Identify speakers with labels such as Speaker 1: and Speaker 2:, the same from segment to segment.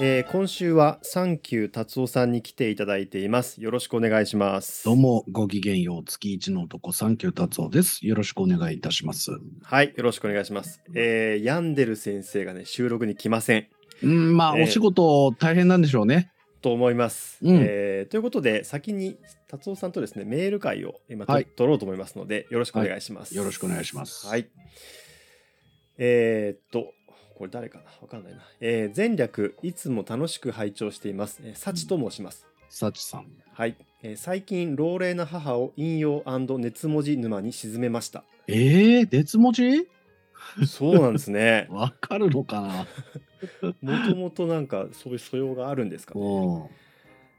Speaker 1: えー今週はサンキュー達夫さんに来ていただいています。よろしくお願いします。
Speaker 2: どうも、ごきげんよう。月一の男、サンキュー達夫です。よろしくお願いいたします。う
Speaker 1: はい、よろしくお願いします。えー、ヤンデル先生がね、収録に来ません
Speaker 2: ん、まあ、
Speaker 1: ええ
Speaker 2: お仕事大変なんでしょうね。
Speaker 1: と思います。
Speaker 2: うん
Speaker 1: えーということで、先に達夫さんとですね、メール会を今、
Speaker 2: はい
Speaker 1: 取ろうと思いますので、よろしくお願いします。
Speaker 2: よろしくお願いします。。
Speaker 1: はいい。えーっと、これ誰かなわかんないな。えー前略、いつも楽しく拝聴しています。えー、サチと申します。
Speaker 2: サチさん。
Speaker 1: はい。えー最近、老齢な母を引用熱文字沼に沈めました。
Speaker 2: ええー、別文字
Speaker 1: そうなんです ね。
Speaker 2: わかるのか な
Speaker 1: もともとなんか、そういう素養があるんですかね。
Speaker 2: おう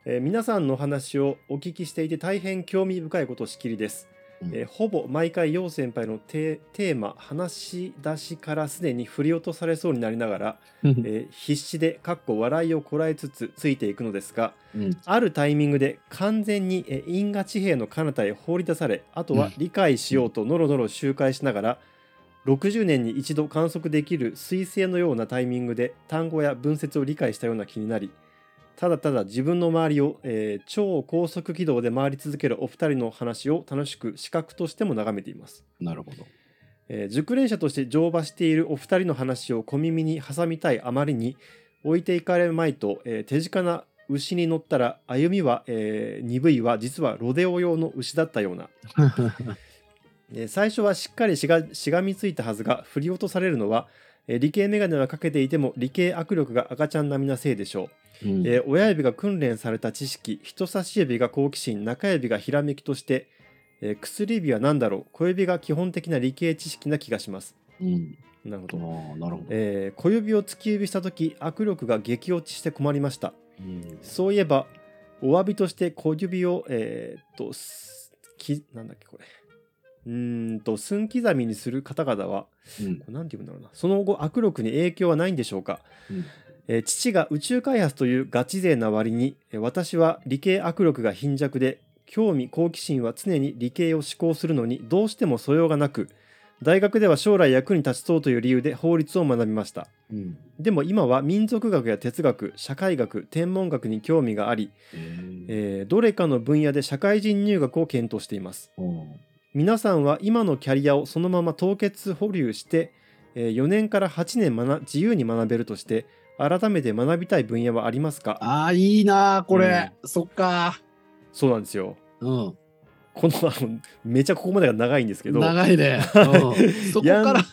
Speaker 1: えー皆さんのお話をお聞きしていて大変興味深いことしきりです。
Speaker 2: うん
Speaker 1: えーほぼ毎回陽先輩のテテーマ話し出しからすでに振り落とされそうになりながらえー必死でかっこ笑いをこらえつつついていくのですが
Speaker 2: うん、
Speaker 1: あるタイミングで完全にえー因果地平の彼方へ放り出されあと
Speaker 2: う
Speaker 1: は
Speaker 2: ん
Speaker 1: 理解しようとノロノロ周回しながら60年に一度観測できる彗星のようなタイミングで単語や文節を理解したような気になりただただ自分の周りを、えー超高速軌道で回り続けるお二人の話を楽しく視覚としても眺めています。
Speaker 2: なるほど。
Speaker 1: えー熟練者として乗馬しているお二人の話を小耳に挟みたいあまりに置いていかれまいと、えー手近な牛に乗ったら歩みは、えー鈍いは実はロデオ用の牛だったような、えー最初はしっかりしがしがみついたはずが振り落とされるのは、えー理系メガネはかけていても理系握力が赤ちゃん並みなせいでしょう
Speaker 2: うん
Speaker 1: えー親指が訓練された知識人差し指が好奇心中指がひらめきとして、えー薬指は何だろう小指が基本的な理系知識な気がします
Speaker 2: うん、
Speaker 1: なるほ
Speaker 2: あ
Speaker 1: ど、
Speaker 2: ーなるほど、
Speaker 1: えー小指を突き指した時握力が激落ちして困りました
Speaker 2: うん
Speaker 1: そういえばお詫びとして小指をえーっとすきなんだっけこれうーんと寸刻みにする方々は
Speaker 2: うん
Speaker 1: これなんて言うんだろうなその後握力に影響はないんでしょうか
Speaker 2: うん
Speaker 1: えー父が宇宙開発というガチ勢な割にえー私は理系握力が貧弱で興味好奇心は常に理系を志向するのにどうしても素養がなく大学では将来役に立ちそうという理由で法律を学びました
Speaker 2: うん
Speaker 1: でも今は民族学や哲学社会学天文学に興味があり、
Speaker 2: えー
Speaker 1: えーどれかの分野で社会人入学を検討しています
Speaker 2: おう
Speaker 1: 皆さんは今のキャリアをそのまま凍結保留して4年から8年学自由に学べるとして改めて学びたい分野はありますか
Speaker 2: ああ、いいなー、これ、そっか
Speaker 1: そうなんですよ
Speaker 2: ー。
Speaker 1: このあのめちゃここまでが長いんです
Speaker 2: う
Speaker 1: け
Speaker 2: ん、
Speaker 1: ど
Speaker 2: 長いね。うん、そこか
Speaker 1: やん
Speaker 2: ら。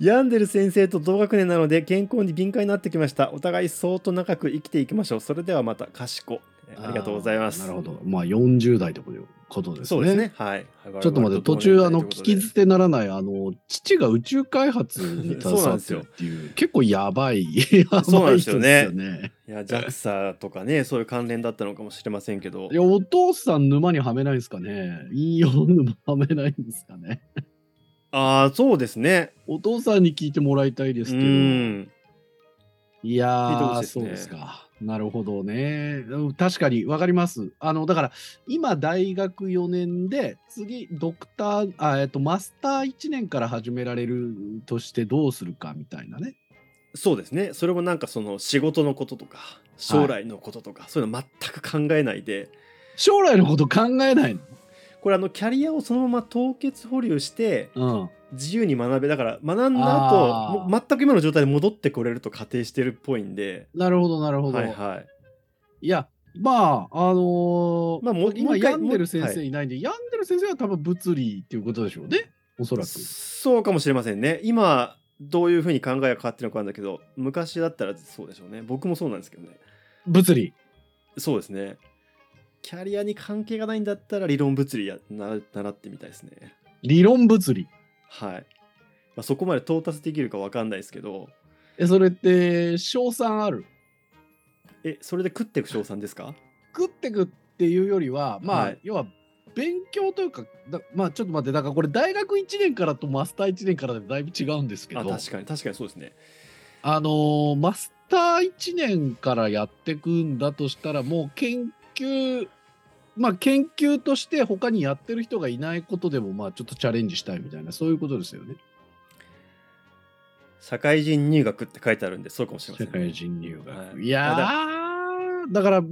Speaker 1: ヤンデル先生と同学年なので健康に敏感になってきましたお互い相当長く生きていきましょうそれではまた賢ありがとうございます
Speaker 2: あーなるほど。まあ40代ということですね。
Speaker 1: そうですねはい
Speaker 2: ちょっと待って、途中、あの、聞き捨てならない、あの、父が宇宙開発に携わってるっていう、結構やばい、や
Speaker 1: そうな
Speaker 2: ば
Speaker 1: ん
Speaker 2: い
Speaker 1: ですよ
Speaker 2: 人
Speaker 1: ね
Speaker 2: ですよね。
Speaker 1: いや JAXA とかねそういう関連だったのかもしれませんけど
Speaker 2: いや、お父さん沼にはめないんですかね引用沼はめないんですかね
Speaker 1: ああそうですね
Speaker 2: お父さんに聞いてもらいたいです
Speaker 1: う
Speaker 2: けど、
Speaker 1: ん
Speaker 2: い
Speaker 1: 聞いてほしい
Speaker 2: やー、
Speaker 1: ですね
Speaker 2: そうですか。なるほどね。うん確かに、わかります。あの、だから、今、大学4年で、次、ドクター、あえっと、マスター1年から始められるとしてどうするかみたいなね。
Speaker 1: そうですねそれもなんかその仕事のこととか将来のこととか、そういうの全く考えないで
Speaker 2: 将来のこと考えない
Speaker 1: これあのキャリアをそのまま凍結保留して
Speaker 2: の。
Speaker 1: 自由に学べだから学んだ後
Speaker 2: あー
Speaker 1: もう全く今の状態で戻ってこれると仮定してるっぽいんで
Speaker 2: うん。なるほど、なるほど。
Speaker 1: はい
Speaker 2: い
Speaker 1: はい
Speaker 2: や、まあ、あのー
Speaker 1: まあもうも
Speaker 2: 今、
Speaker 1: う一回
Speaker 2: 病んでる先
Speaker 1: もうは
Speaker 2: 生いないんで、病んでる先生は多分物理っていうことでしょうね。おそらく。
Speaker 1: そうかもしれませんね今どういうふうに考えが変わってるのかなんだけど昔だったらそうでしょうね僕もそうなんですけどね
Speaker 2: 物理。
Speaker 1: そうですねキャリアに関係がないんだったら理論物理やな習ってみたいですね
Speaker 2: 理論物理。
Speaker 1: はい、まあ、そこまで到達できるかわかんないですけど
Speaker 2: え、それって、賞賛ある
Speaker 1: えそれで食っていく賞賛ですか
Speaker 2: 食ってくっていうよりはまあ、
Speaker 1: はい
Speaker 2: 要は勉強というかだまあちょっと待ってだからこれ大学1年からとマスター1年からでだいぶ違うんですけど
Speaker 1: あ
Speaker 2: あ
Speaker 1: 確かに確かにそうですね
Speaker 2: のーマスター1年からやってくんだとしたらもう研究まあ研究として他にやってる人がいないことでもまあちょっとチャレンジしたいみたいなそういうことですよね。
Speaker 1: 社会人入学って書いてあるんで、そうかもしれませ
Speaker 2: 社
Speaker 1: ん、
Speaker 2: 会人入学。
Speaker 1: はい
Speaker 2: い、やー、だから、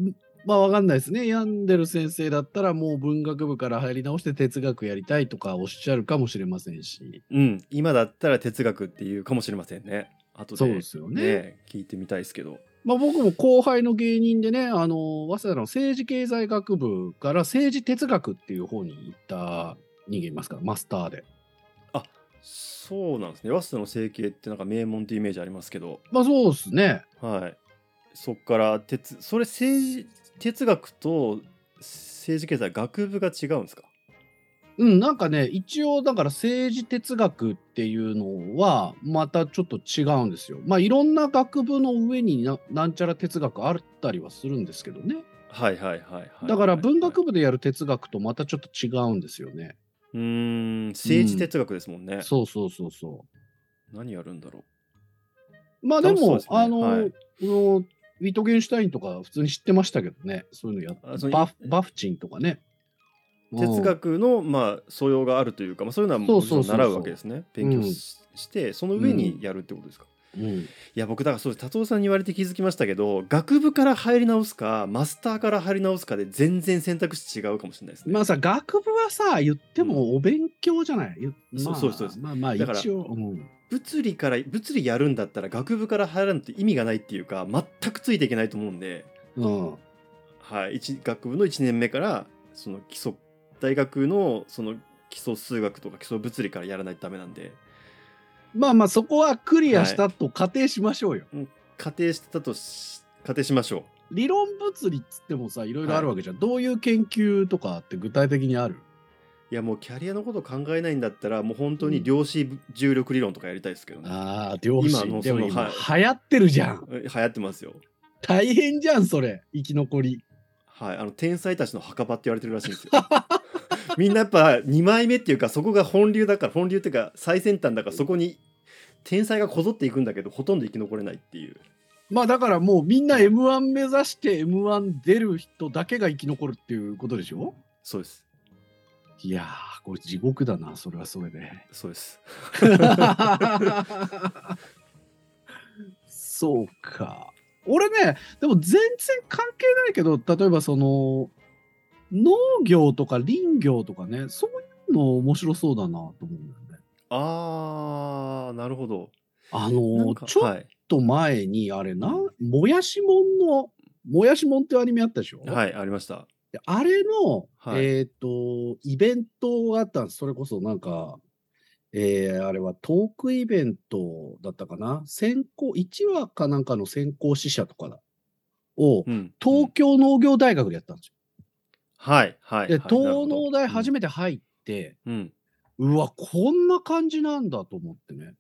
Speaker 2: まあわかんないですね。病んでる先生だったら、もう文学部から入り直して哲学やりたいとかおっしゃるかもしれませんし。
Speaker 1: うん、今だったら哲学っていうかもしれませんね。後で
Speaker 2: そうですよね。
Speaker 1: ね聞いてみたいですけど。
Speaker 2: まあ僕も後輩の芸人でね、あの、早稲田の政治経済学部から政治哲学っていう方に行った人間いますから、マスターで。
Speaker 1: そうなんですね。早稲田の整形ってなんか名門ってイメージありますけど、
Speaker 2: まあそうですね。
Speaker 1: はい。そっから哲、それ政治、哲学と政治経済学部が違うんですか
Speaker 2: うん、なんかね、一応だから政治哲学っていうのはまたちょっと違うんですよ。まあいろんな学部の上にななんちゃら哲学あったりはするんですけどね。
Speaker 1: はいはいはいはい。
Speaker 2: だから文学
Speaker 1: 部。
Speaker 2: 部でやる哲学とまたちょっと違うんですよね。
Speaker 1: うーん、政治哲学ですもんね。
Speaker 2: そうそうそうそう。
Speaker 1: 何やるんだろ
Speaker 2: まあで
Speaker 1: 楽しそう
Speaker 2: も、
Speaker 1: ですね
Speaker 2: あの、
Speaker 1: はい
Speaker 2: このウィトゲンシュタインとか普通に知ってましたけどね、そういうのや
Speaker 1: あそ
Speaker 2: っ
Speaker 1: う
Speaker 2: バフバフチンとかね。
Speaker 1: う。哲学の、まあ、素養があるというか、まあ、そういうのは
Speaker 2: そ
Speaker 1: も
Speaker 2: う
Speaker 1: ちろ
Speaker 2: そ
Speaker 1: ん
Speaker 2: うそうそう
Speaker 1: 習うわけですね。勉強し,、て、その上
Speaker 2: う
Speaker 1: に
Speaker 2: ん
Speaker 1: やるってことですか。
Speaker 2: うん。うん
Speaker 1: いや僕だからそうです達夫さんに言われて気づきましたけど学部から入り直すかマスターから入り直すかで全然選択肢違うかもしれないですね。
Speaker 2: まあさ、学部はさ、言ってもお勉強じゃない。言
Speaker 1: そう
Speaker 2: まあ
Speaker 1: そうそうです
Speaker 2: まあまあ
Speaker 1: だから
Speaker 2: 一応。うん
Speaker 1: 物理から物理やるんだったら学部から入らんと意味がないっていうか全くついていけないと思うんで、
Speaker 2: うん。
Speaker 1: はい、一学部の1年目からその基礎大学のその基礎数学とか基礎物理からやらないとダメなんで
Speaker 2: まあまあそこはクリアしたと仮定しましょうよ。
Speaker 1: 仮定してたとし仮定しましょう。
Speaker 2: 理論物理っつってもさ、いろいろあるわけじゃん。どういう研究とかって具体的にある
Speaker 1: いやもうキャリアのこと考えないんだったらもう本当に量子重力理論とかやりたいですけどね。
Speaker 2: ああ、両親
Speaker 1: 今の
Speaker 2: でも
Speaker 1: その
Speaker 2: 今
Speaker 1: は
Speaker 2: 流行ってるじゃん。
Speaker 1: え流行ってますよ。
Speaker 2: 大変じゃん、それ。生き残り。
Speaker 1: はい、あの天才たちの墓場って言われてるらしいんですよ。 みんなやっぱ2枚目っていうかそこが本流だから本流っていうか最先端だからそこに天才がこぞっていくんだけどほとんど生き残れないっていう
Speaker 2: まあだからもうみんな M1 目指して M1 出る人だけが生き残るっていうことでしょ
Speaker 1: そうです
Speaker 2: いやー、これ地獄だな、それはそれで。
Speaker 1: そうです
Speaker 2: そうか。俺ね、でも全然関係ないけど、例えばその、農業とか林業とかね、そういうの面白そうだなと思うんだよね。
Speaker 1: あーなるほどな
Speaker 2: あの
Speaker 1: んか
Speaker 2: ちょっ
Speaker 1: はい、
Speaker 2: と前に、あれな、もやしもんの、もやしもんっていうアニメあったでしょ
Speaker 1: はい、ありました
Speaker 2: であれの、
Speaker 1: はい
Speaker 2: えっ、と、イベントがあったんです。それこそなんか、えーあれはトークイベントだったかな先行、1話かなんかの先行試写とかだを、
Speaker 1: うん
Speaker 2: 東京農業大学でやったんです
Speaker 1: はいはいはいな
Speaker 2: よ。で、
Speaker 1: るほ
Speaker 2: 東
Speaker 1: ど
Speaker 2: 農大初
Speaker 1: うん
Speaker 2: めて入って、
Speaker 1: うん
Speaker 2: うわ、こんな感じなんだと思ってね。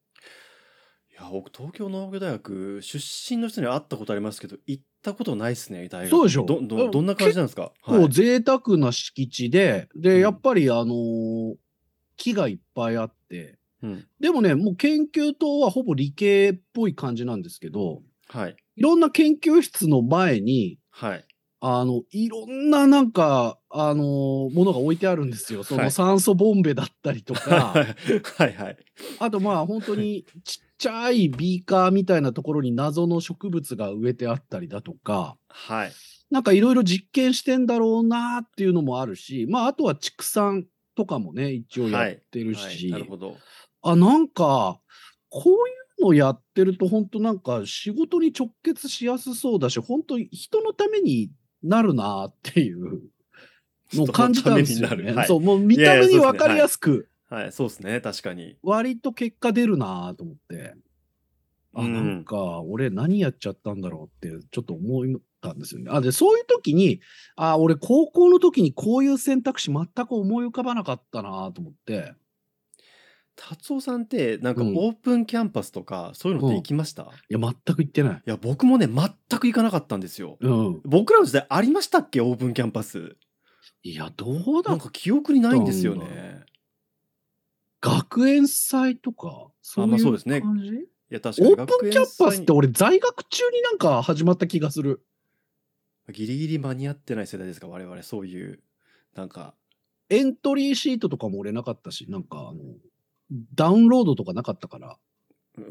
Speaker 1: いや僕東京農業大学出身の人には会ったことありますけど行ったことないですね大学
Speaker 2: そうでしょ
Speaker 1: どどどんな感じなんですか
Speaker 2: こ
Speaker 1: は
Speaker 2: う
Speaker 1: い
Speaker 2: 贅沢な敷地で、で、
Speaker 1: うん
Speaker 2: やっぱりあのー木がいっぱいあって、
Speaker 1: うん
Speaker 2: でもね、もう研究棟はほぼ理系っぽい感じなんですけど、
Speaker 1: はい
Speaker 2: いろんな研究室の前に、
Speaker 1: はい
Speaker 2: あの、いろんななんか、あのーものが置いてあるんですよ。そ
Speaker 1: は
Speaker 2: の
Speaker 1: い
Speaker 2: 酸素ボンベだったり と
Speaker 1: は
Speaker 2: か、
Speaker 1: いはい
Speaker 2: あとまあ本当にちっちゃいビーカーみたいなところに謎の植物が植えてあったりだとか、
Speaker 1: はい
Speaker 2: なんかいろいろ実験してんだろうなっていうのもあるし、まああとは畜産とかもね、一応やってるし、
Speaker 1: なるほど。
Speaker 2: あ、なんか、こういうのやってると、本当なんか仕事に直結しやすそうだし、本当人のためになるなっていうのを感じたんですよ
Speaker 1: 人のためにな
Speaker 2: ね。
Speaker 1: るはい
Speaker 2: そう、もう見た
Speaker 1: いやいや
Speaker 2: 目に
Speaker 1: そうです
Speaker 2: 分
Speaker 1: ね
Speaker 2: かりやすく、
Speaker 1: はい、そうですね、確かに。
Speaker 2: 割と結果出るなと思って、あ、
Speaker 1: うん
Speaker 2: なんか俺何やっちゃったんだろうってちょっと思ったんですよね。あ、で、そういう時に、あ、俺高校の時にこういう選択肢全く思い浮かばなかったなと思って、
Speaker 1: 達夫さんって、なんかオ
Speaker 2: うん
Speaker 1: ープンキャンパスとか、そういうのって行きました、い
Speaker 2: いや、全く言ってない。
Speaker 1: や、僕もね、全く行かなかったんですよ。
Speaker 2: うん。
Speaker 1: 僕らの時代ありましたっけオープンキャンパス。
Speaker 2: いや、どうだ
Speaker 1: なんか記憶にないんですよ
Speaker 2: どう
Speaker 1: ね。
Speaker 2: 学園祭とか、そういう
Speaker 1: まあ
Speaker 2: 感じ、
Speaker 1: そうですねいや、確か
Speaker 2: オ
Speaker 1: に
Speaker 2: ープンキャンパ
Speaker 1: 学
Speaker 2: スって
Speaker 1: 園
Speaker 2: 俺在学中になんか始まった気がする。
Speaker 1: 祭ギリギリ間に合ってない世代ですか、我々、そういう、なんか、
Speaker 2: エ ントリーシートとかも俺なかったし、なんかあの、ダウンロードとかなかったから。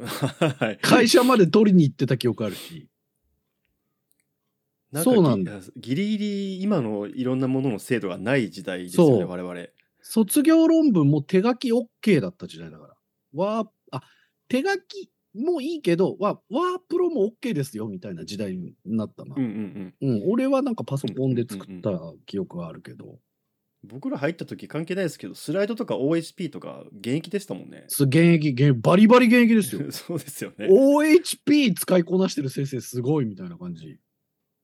Speaker 1: はい。
Speaker 2: 会社まで取りに行ってた記憶あるし。
Speaker 1: か
Speaker 2: そうなんだ
Speaker 1: ぎギリギリ今のいろんなものの制度がない時代ですよね、
Speaker 2: そう
Speaker 1: 我々。
Speaker 2: 卒業論文も手書き OK だった時代だから。ワーあ手書きもいいけど、ワワープロも OK ですよみたいな時代になったな。
Speaker 1: うんうんうん。
Speaker 2: うん、俺はなんかパソコンで作った記憶があるけど、
Speaker 1: 僕ら入った時関係ないですけど、スライドとか OHP とか現役でしたもんね。
Speaker 2: す現役現バリバリ現役です よ
Speaker 1: そうですよね。
Speaker 2: OHP 使いこなしてる先生すごいみたいな感じ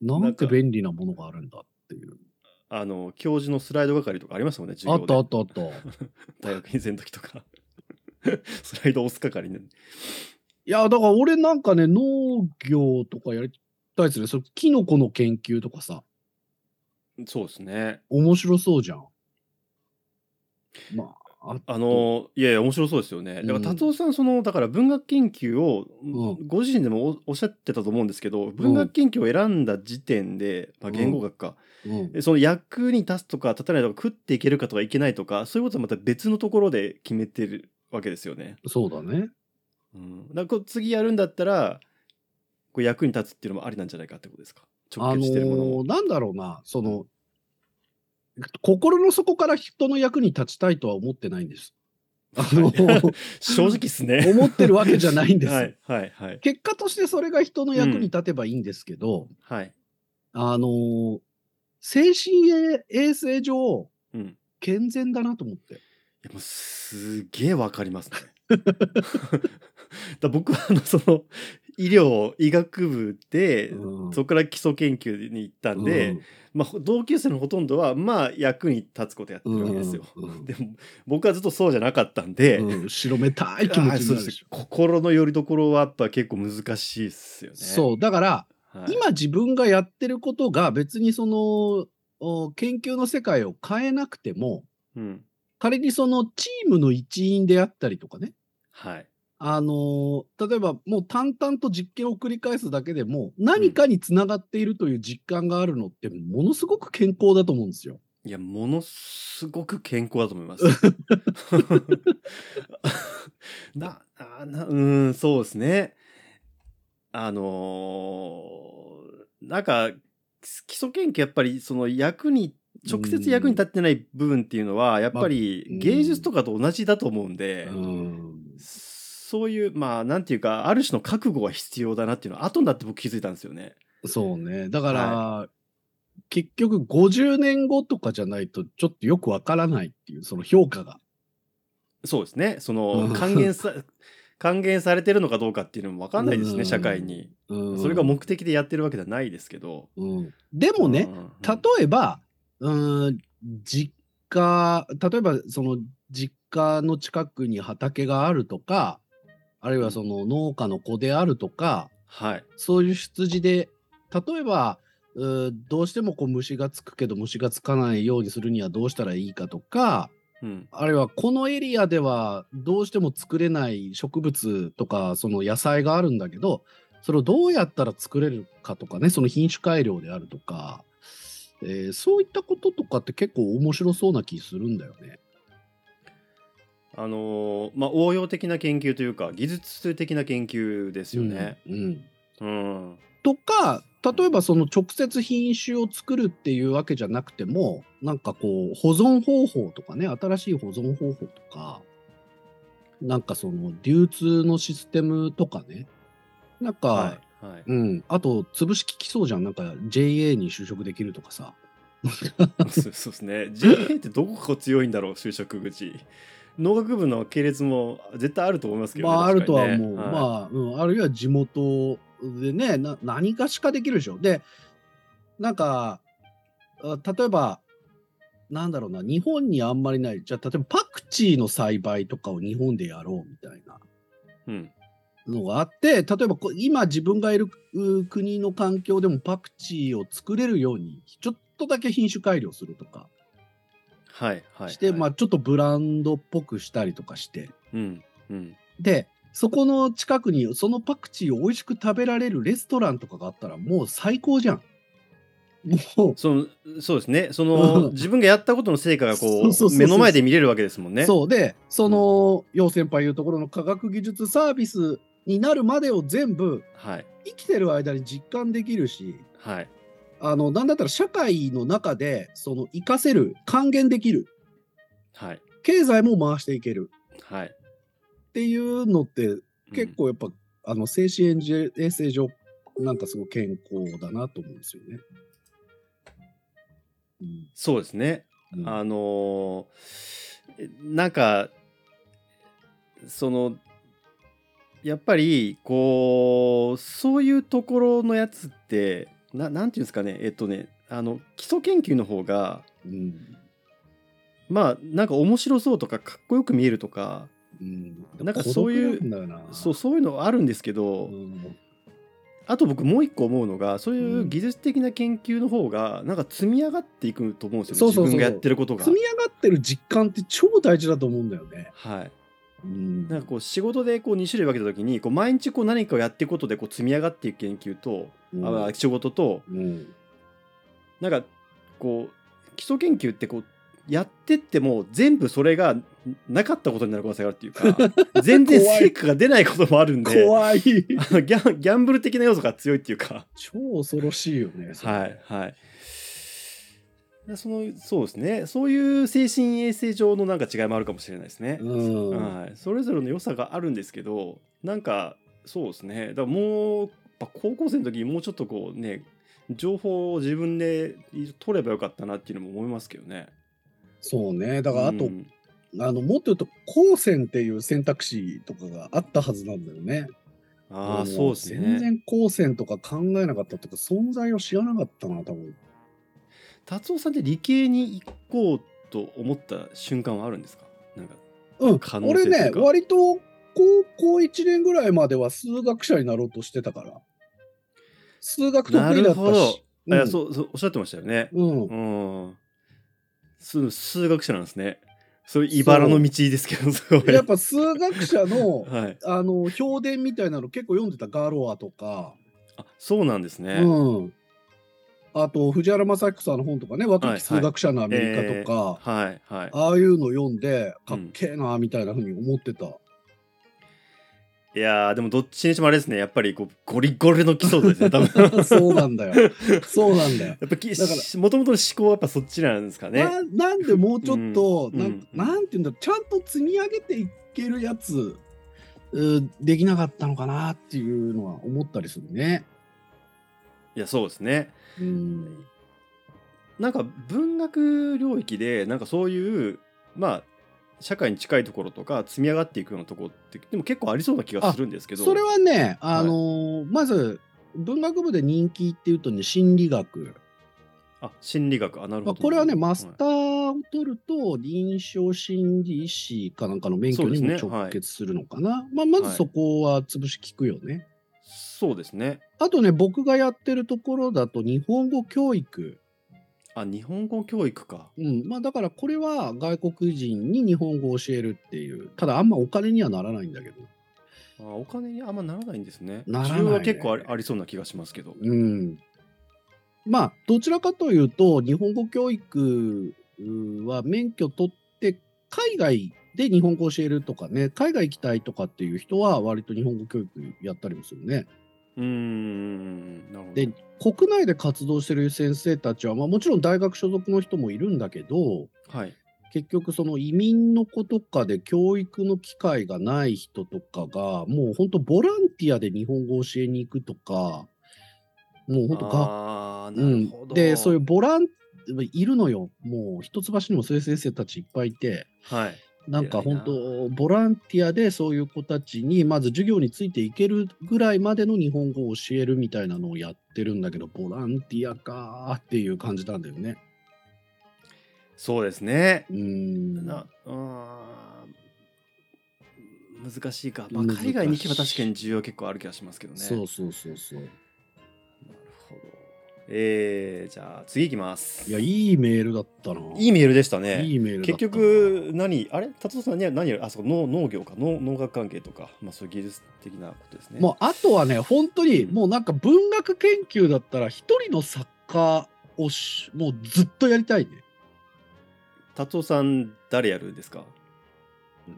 Speaker 2: なんて
Speaker 1: なんか
Speaker 2: 便利なものがあるんだっていう
Speaker 1: あの、教授のスライド係とかありましたもんね、授
Speaker 2: あ
Speaker 1: 業
Speaker 2: っ
Speaker 1: で
Speaker 2: たあったあった
Speaker 1: 大学院生の時とか。 スライド押す係ね。
Speaker 2: いや、だから俺なんかね、農業とかやりたいですね。それキノコの研究とかさ、
Speaker 1: そうですね。
Speaker 2: 面白そうじゃん。まあ、あ
Speaker 1: あのいやいや面白そうですよね。だから
Speaker 2: うん
Speaker 1: 達夫さんそのだから文学研究を
Speaker 2: う
Speaker 1: ご自身でもおおっしゃってたと思うんですけど文学研究を選んだ時点で、まあ、言語学か、
Speaker 2: うん、
Speaker 1: でその役に立つとか立たないとか食っていけるかとかいけないとかそういうことはまた別のところで決めてるわけですよね。
Speaker 2: そうだね。
Speaker 1: うん、だからこう次やるんだったらこう役に立つっていうのもありなんじゃないかってことですか
Speaker 2: あ
Speaker 1: 直
Speaker 2: の
Speaker 1: 結してるものを。
Speaker 2: ーなんだろうな、その、心の底から人の役に立ちたいとは思ってないんです。あの
Speaker 1: はい正直っすね。
Speaker 2: 思ってるわけじゃないんで す。
Speaker 1: はいはいはい
Speaker 2: 結果としてそれが人の役に立てばいいんですけど、
Speaker 1: はい。
Speaker 2: あのー精神衛衛生上、
Speaker 1: うん
Speaker 2: 健全だなと思って。
Speaker 1: いやもうすげえわかりますね。だ僕はあのその医療医学部で、
Speaker 2: うん
Speaker 1: そこから基礎研究に行ったんで、まあ、ほ同級生のほとんどはまあ役に立つことやって
Speaker 2: うん、
Speaker 1: るわけですよ。
Speaker 2: うんうん
Speaker 1: でも僕はずっとそうじゃなかったんで、
Speaker 2: うん後ろめたい気持ちにな
Speaker 1: あー
Speaker 2: る
Speaker 1: そう
Speaker 2: で
Speaker 1: で
Speaker 2: し
Speaker 1: す
Speaker 2: ょ。
Speaker 1: 心の拠り所はやっぱ結構難しいっすよね。
Speaker 2: そうだから、
Speaker 1: はい
Speaker 2: 今自分がやってることが別にそのお研究の世界を変えなくても
Speaker 1: うん
Speaker 2: 仮にそのチームの一員であったりとかね
Speaker 1: はい
Speaker 2: あのー例えばもう淡々と実験を繰り返すだけでも何かにつながっているという実感があるのってものすごく健康だと思うんですよ。
Speaker 1: いや、ものすごく健康だと思います。 な、あな、うーん、そうですね。あのーなんか、基礎研究やっぱりその役に、直接役に立ってない部分っていうのは、やっぱ
Speaker 2: まあ
Speaker 1: り芸術とかと同じだと思うんで、
Speaker 2: うん
Speaker 1: そういう、まあ、なんていうか、ある種の覚悟が必要だなっていうのは、後になって僕気づいたんですよね。
Speaker 2: そうねだから、結局50年後とかじゃないとちょっとよくわからないっていうその評価が。
Speaker 1: そうですね。そ
Speaker 2: うん
Speaker 1: の、還元さ、 還元されてるのかどうかっていうのも分かんないです
Speaker 2: うん
Speaker 1: ね、社会に。
Speaker 2: うん
Speaker 1: それが目的でやってるわけではないですけど。
Speaker 2: うんでも
Speaker 1: う
Speaker 2: ね、
Speaker 1: ん、
Speaker 2: 例えば、うーん、実家、例えばその実家の近くに畑があるとか、あるいはその農家の子であるとか、
Speaker 1: はい。
Speaker 2: そういう出自で、例えば、うーどうしてもこう虫がつくけど虫がつかないようにするにはどうしたらいいかとか、
Speaker 1: うん。
Speaker 2: あるいはこのエリアではどうしても作れない植物とかその野菜があるんだけどそれをどうやったら作れるかとかねその品種改良であるとか、えーそういったこととかって結構面白そうな気するんだよね。
Speaker 1: あのーまあ、応用的な研究というか、技術的な研究ですよね。
Speaker 2: うんうん
Speaker 1: うん。
Speaker 2: とか例えばその直接品種を作るっていうわけじゃなくてもなんかこう保存方法とかね新しい保存方法とかなんかその流通のシステムとかねなんか、
Speaker 1: はい。はい。
Speaker 2: うん。あと、潰し効きそうじゃん。なんか JA に就職できるとかさ。
Speaker 1: そうそうですね。JA ってどこが強いんだろう、就職口。農学部の系列も絶対あると思いますけど
Speaker 2: ま
Speaker 1: ね、
Speaker 2: あ、あるとは
Speaker 1: 確か
Speaker 2: 思
Speaker 1: に
Speaker 2: う。
Speaker 1: ね
Speaker 2: ま
Speaker 1: はい
Speaker 2: あ、うん。あるいは地元でね、な何かしかできるでしょ。で、なんか、あ例えば、なんだろうな、日本にあんまりない。じゃあ、例えばパクチーの栽培とかを日本でやろうみたいな
Speaker 1: うん。
Speaker 2: のがあって、例えばこ今自分がいるう国の環境でもパクチーを作れるように、ちょっとだけ品種改良するとか
Speaker 1: はい。はい。
Speaker 2: して、
Speaker 1: はい
Speaker 2: まあ、ちょっとブランドっぽくしたりとかして、
Speaker 1: うん。うん。
Speaker 2: で、そこの近くにそのパクチーを美味しく食べられるレストランとかがあったらもう最高じゃん。もう、
Speaker 1: そのそうですね。その、
Speaker 2: うん
Speaker 1: 自分がやったことの成果がこ
Speaker 2: そうそうそうそう
Speaker 1: う、目の前で見れるわけですもんね。
Speaker 2: そうで、その、陽先輩いうところの科学技術サービスになるまでを全部
Speaker 1: はい
Speaker 2: 生きてる間に実感できるし
Speaker 1: はい
Speaker 2: あのなんだったら社会の中でその活かせる還元できる
Speaker 1: はい
Speaker 2: 経済も回していける
Speaker 1: はい
Speaker 2: っていうのって結構やっぱ、あの精神衛生上なんかすごい健康だなと思うんですよね。うん
Speaker 1: そうですね
Speaker 2: うん
Speaker 1: あのーなんかそのやっぱりこうそういうところのやつってななんていうんですかねえっとねあの基礎研究の方が
Speaker 2: うん
Speaker 1: まあなんか面白そうとかかっこよく見えるとか
Speaker 2: うん、
Speaker 1: なんかそういう
Speaker 2: 孤独なんだよな
Speaker 1: そうそういうのあるんですけど、
Speaker 2: うん
Speaker 1: あと僕もう一個思うのがそういううん技術的な研究の方がなんか積み上がっていくと思うんです
Speaker 2: そ
Speaker 1: よね
Speaker 2: うそうそう
Speaker 1: 自分がやってることが
Speaker 2: 積。み上がってる実感って超大事だと思うんだよね。
Speaker 1: はい、
Speaker 2: うん
Speaker 1: なんかこう仕事でこう2種類分けた時にこう毎日こう何かをやっていくことでこう積み上がっていく研究と、
Speaker 2: うん
Speaker 1: あ仕事と
Speaker 2: うん
Speaker 1: なんかこう基礎研究ってこうやってっても全部それがなかったことになる可能性があるっていう か全然
Speaker 2: 怖い
Speaker 1: 成果が出ないこともあるんで
Speaker 2: 怖い
Speaker 1: あのギャンギャンブル的な要素が強いっていうか。
Speaker 2: 超恐ろしいよね。それ
Speaker 1: はいはい。でそのそうですね。そういう精神衛生上のなんか違いもあるかもしれないですね。
Speaker 2: うん
Speaker 1: はい。それぞれの良さがあるんですけど、なんかそうですね。だからもうやっぱ高校生の時にもうちょっとこうね、情報を自分で取ればよかったなっていうのも思いますけどね。
Speaker 2: そうねだからあと、
Speaker 1: うん
Speaker 2: あのもっと言うと高専っていう選択肢とかがあったはずなんだよね。
Speaker 1: あ
Speaker 2: も
Speaker 1: あそうです
Speaker 2: 全
Speaker 1: ね。
Speaker 2: 然高専とか考えなかったとか存在を知らなかったな多分。
Speaker 1: 達夫さんって理系に行こうと思った瞬間はあるんですか。なんか
Speaker 2: うん
Speaker 1: 可能性
Speaker 2: 俺
Speaker 1: とい
Speaker 2: ね
Speaker 1: うか
Speaker 2: 割と高校1年ぐらいまでは数学者になろうとしてたから数学得
Speaker 1: な
Speaker 2: 意だ
Speaker 1: る
Speaker 2: っ
Speaker 1: ほ
Speaker 2: た
Speaker 1: ど。
Speaker 2: し。
Speaker 1: あいや
Speaker 2: うん
Speaker 1: そうそうおっしゃってましたよね。
Speaker 2: うん
Speaker 1: う、ん。数数学者なんですね。それ茨の道ですけど、すごい。
Speaker 2: やっぱ数学者 の
Speaker 1: はい。
Speaker 2: あの評伝みたいなの結構読んでたガロアとか、
Speaker 1: あ、そうなんですね。
Speaker 2: うん、あと藤原正彦さんの本とかね若き数学者のアメリカとか、
Speaker 1: えーはいはい。
Speaker 2: ああいうの読んで
Speaker 1: う
Speaker 2: かっ
Speaker 1: ん
Speaker 2: けえなみたいなふうに思ってた、
Speaker 1: いやーでもどっちにしてもあれですね。やっぱりこうゴリゴリの基礎です ね。多分。
Speaker 2: そうなんだよそうなんだよ
Speaker 1: やっぱき
Speaker 2: だから
Speaker 1: もともとの思考はやっぱそっちなんですかね。
Speaker 2: ななんでもうちょっと、
Speaker 1: うん
Speaker 2: なん
Speaker 1: うん
Speaker 2: なんていうんだろうちゃんと積み上げていけるやつうんできなかったのかなっていうのは思ったりするね。
Speaker 1: いやそうですね。
Speaker 2: うん
Speaker 1: なんか文学領域でなんかそういうまあ社会に近いところとか積み上がっていくようなところってでも結構ありそうな気がするんですけど。
Speaker 2: それはね、あのーまず文学部で人気っていうとね心理学、
Speaker 1: あ心理学あなるほ
Speaker 2: まあ、
Speaker 1: ど。
Speaker 2: これはねマス
Speaker 1: はい
Speaker 2: ターを取ると臨床心理士かなんかの免許にも
Speaker 1: そうですねはい
Speaker 2: 直結するのかな、まあ、まずそこは潰し聞くよね。
Speaker 1: そうですね。
Speaker 2: あとね僕がやってるところだと日本語教育、
Speaker 1: あ、日本語教育か。
Speaker 2: うんまあ、だからこれは外国人に日本語を教えるっていうただあんまお金にはならないんだけど、
Speaker 1: あお金にあんまならないんですね。
Speaker 2: ならないね
Speaker 1: 需要は結構ありありそうな気がしますけど。
Speaker 2: うん、まあどちらかというと日本語教育うんは免許取って海外で日本語を教えるとかね海外行きたいとかっていう人は割と日本語教育やったりもするね。
Speaker 1: うーん、なるほど。
Speaker 2: で国内で活動してる先生たちは、まあ、もちろん大学所属の人もいるんだけど、
Speaker 1: はい。
Speaker 2: 結局その移民の子とかで教育の機会がない人とかがもう本当ボランティアで日本語を教えに行くとかもう本当が、
Speaker 1: ああ、
Speaker 2: う
Speaker 1: なるほ
Speaker 2: ん、
Speaker 1: ど。
Speaker 2: でそういうボランいるのよもう一橋にもそういう先生たちいっぱいいて
Speaker 1: はい。
Speaker 2: なんか本
Speaker 1: 偉
Speaker 2: 当ボランティアでそういう子たちにまず授業についていけるぐらいまでの日本語を教えるみたいなのをやってるんだけどボランティアかーっていう感じなんだよね。
Speaker 1: そうですね。
Speaker 2: うーん
Speaker 1: な、うーん。難しいか。まあ、
Speaker 2: 難しい
Speaker 1: 海外に行けば確かに需要結構ある気がしますけどね。
Speaker 2: そうそうそうそう。
Speaker 1: なるほど。えー、じゃあ次行きます。
Speaker 2: いや、いいメールだったな。
Speaker 1: いいメールでしたね。
Speaker 2: いいメールだ
Speaker 1: 結
Speaker 2: ったな
Speaker 1: 局何あれ達夫さんには何よりあそう農農業か農農学関係とか、まあ、そういう技術的なことですね。
Speaker 2: もうあとはね本当にもうなんか文学研究だったら一人の作家をしもうずっとやりたいね
Speaker 1: 達夫さん誰やるんですか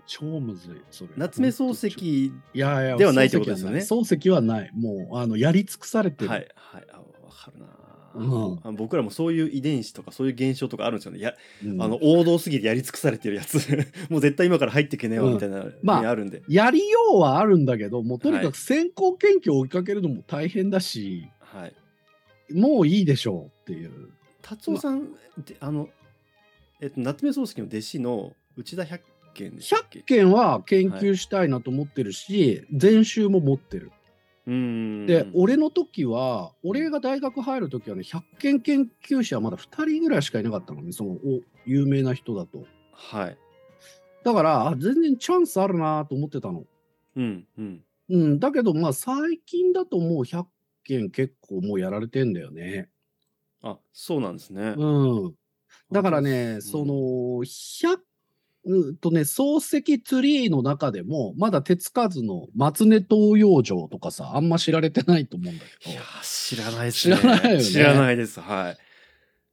Speaker 2: 超むずい、それ。
Speaker 1: 夏目漱石
Speaker 2: いやいや
Speaker 1: ではないってことですよね
Speaker 2: 漱石はない。もう、あの、やり尽くされてる。
Speaker 1: はいはいあわかるな
Speaker 2: うん
Speaker 1: あの僕らもそういう遺伝子とかそういう現象とかあるんですよねいや
Speaker 2: うん
Speaker 1: あの王道すぎてやり尽くされてるやつ もう絶対今から入ってけねえわみたいな、
Speaker 2: まあ
Speaker 1: ねあるんで
Speaker 2: やりようはあるんだけど、もうとに
Speaker 1: は
Speaker 2: か
Speaker 1: い
Speaker 2: く先行研究を追いかけるのも大変だし、
Speaker 1: はい
Speaker 2: もういいでしょうっていう。
Speaker 1: 達夫さん、であの、えっと、夏目漱石の弟子の内田百軒でしたっけ
Speaker 2: 100件は研究したいなと思ってるし、全集も持ってる。
Speaker 1: うーん
Speaker 2: で、俺の時は、俺が大学入る時はね、100件研究者はまだ2人ぐらいしかいなかったのね、そのお有名な人だと。
Speaker 1: はい
Speaker 2: だから、あ全然チャンスあるなと思ってたの。
Speaker 1: うんうん
Speaker 2: うん、だけど、まあ最近だともう100件結構もうやられてんだよね。
Speaker 1: あそうなんですね、
Speaker 2: うん。だからね、
Speaker 1: うん
Speaker 2: その、100、うんとね、漱石ツリーの中でも、まだ手つかずの松根東洋城とかさ、あんま知られてないと思うんだけ
Speaker 1: いや
Speaker 2: ど。
Speaker 1: ー知らないですね
Speaker 2: 知らないよね
Speaker 1: 知らないですはい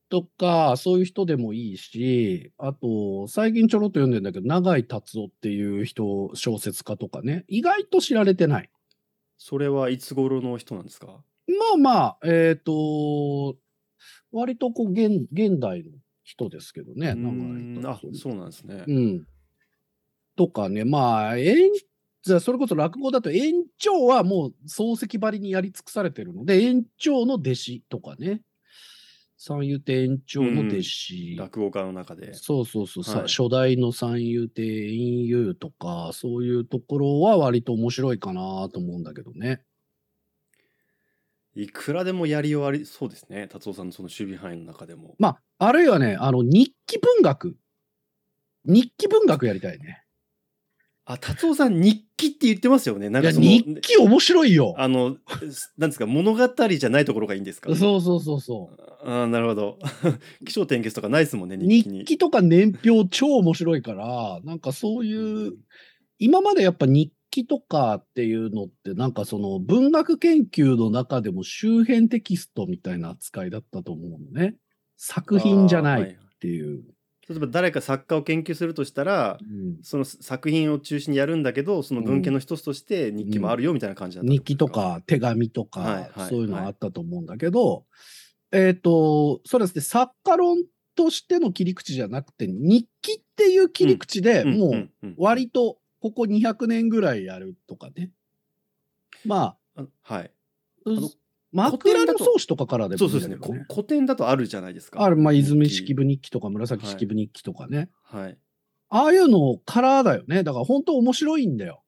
Speaker 2: とか、そういう人でもいいし、あと、最近ちょろっと読んでんだけど、永井達夫っていう人、小説家とかね、意外と知られてない。
Speaker 1: それはいつ頃の人なんですか
Speaker 2: まあまあ、えっ、と、割とこう現、現代の人ですけどね、
Speaker 1: うー
Speaker 2: 永井
Speaker 1: んあ
Speaker 2: 達夫。
Speaker 1: そうなんですね、
Speaker 2: うん。とかね、まあ、延じゃあそれこそ落語だと延長はもう漱石ばりにやり尽くされてるので、延長の弟子とかね。三遊亭延長の弟子。
Speaker 1: 落語家の中で
Speaker 2: そうそうそう、
Speaker 1: は
Speaker 2: さ
Speaker 1: い
Speaker 2: 初代の三遊亭隠遊とか、そういうところは割と面白いかなと思うんだけどね。
Speaker 1: いくらでもやりようありそうですね達夫さんのその守備範囲の中でも
Speaker 2: まあ、あるいはね、あの、日記文学。日記文学やりたいね。
Speaker 1: あ達夫さん日記って言ってますよねなん
Speaker 2: いや、
Speaker 1: かその
Speaker 2: 日記面白いよ。
Speaker 1: あの、すなんですか、物語じゃないところがいいんですか。
Speaker 2: そうそうそうそう。
Speaker 1: ああ、なるほど。 気象転結とかないですもんね、日記に。
Speaker 2: 日記とか年表超面白いから、なんかそういう、今までやっぱ日記とかっていうのって、なんかその文学研究の中でも周辺テキストみたいな扱いだったと思うのね。作品じゃな
Speaker 1: あー
Speaker 2: い
Speaker 1: は
Speaker 2: っ。ていう。
Speaker 1: 例えば、誰か作家を研究するとしたら、
Speaker 2: うん
Speaker 1: その作品を中心にやるんだけど、その文献の一つとして日記もあるよみたいな感じだったって
Speaker 2: 日
Speaker 1: こ
Speaker 2: 記
Speaker 1: です
Speaker 2: と。か手紙とか、
Speaker 1: はいはい
Speaker 2: そういうの
Speaker 1: はい
Speaker 2: あったと思うんだけど、えっ、と、そうですね、作家論としての切り口じゃなくて、日記っていう切り口で
Speaker 1: うん
Speaker 2: もう、
Speaker 1: んん
Speaker 2: 割とここ200年ぐらいやるとかね。ま
Speaker 1: あはい。
Speaker 2: あ、
Speaker 1: の
Speaker 2: 枕の創始とかからでも
Speaker 1: そ
Speaker 2: いうい
Speaker 1: そう
Speaker 2: ん
Speaker 1: で
Speaker 2: だ
Speaker 1: す
Speaker 2: け
Speaker 1: ね。
Speaker 2: ど
Speaker 1: こ
Speaker 2: ね。
Speaker 1: 古典だとあるじゃないですか。
Speaker 2: ある、まあ、
Speaker 1: 日記
Speaker 2: 泉式部日記とか紫式部日記とかね。
Speaker 1: はい。
Speaker 2: ああいうのからだよね。だから本当面白いんだよ。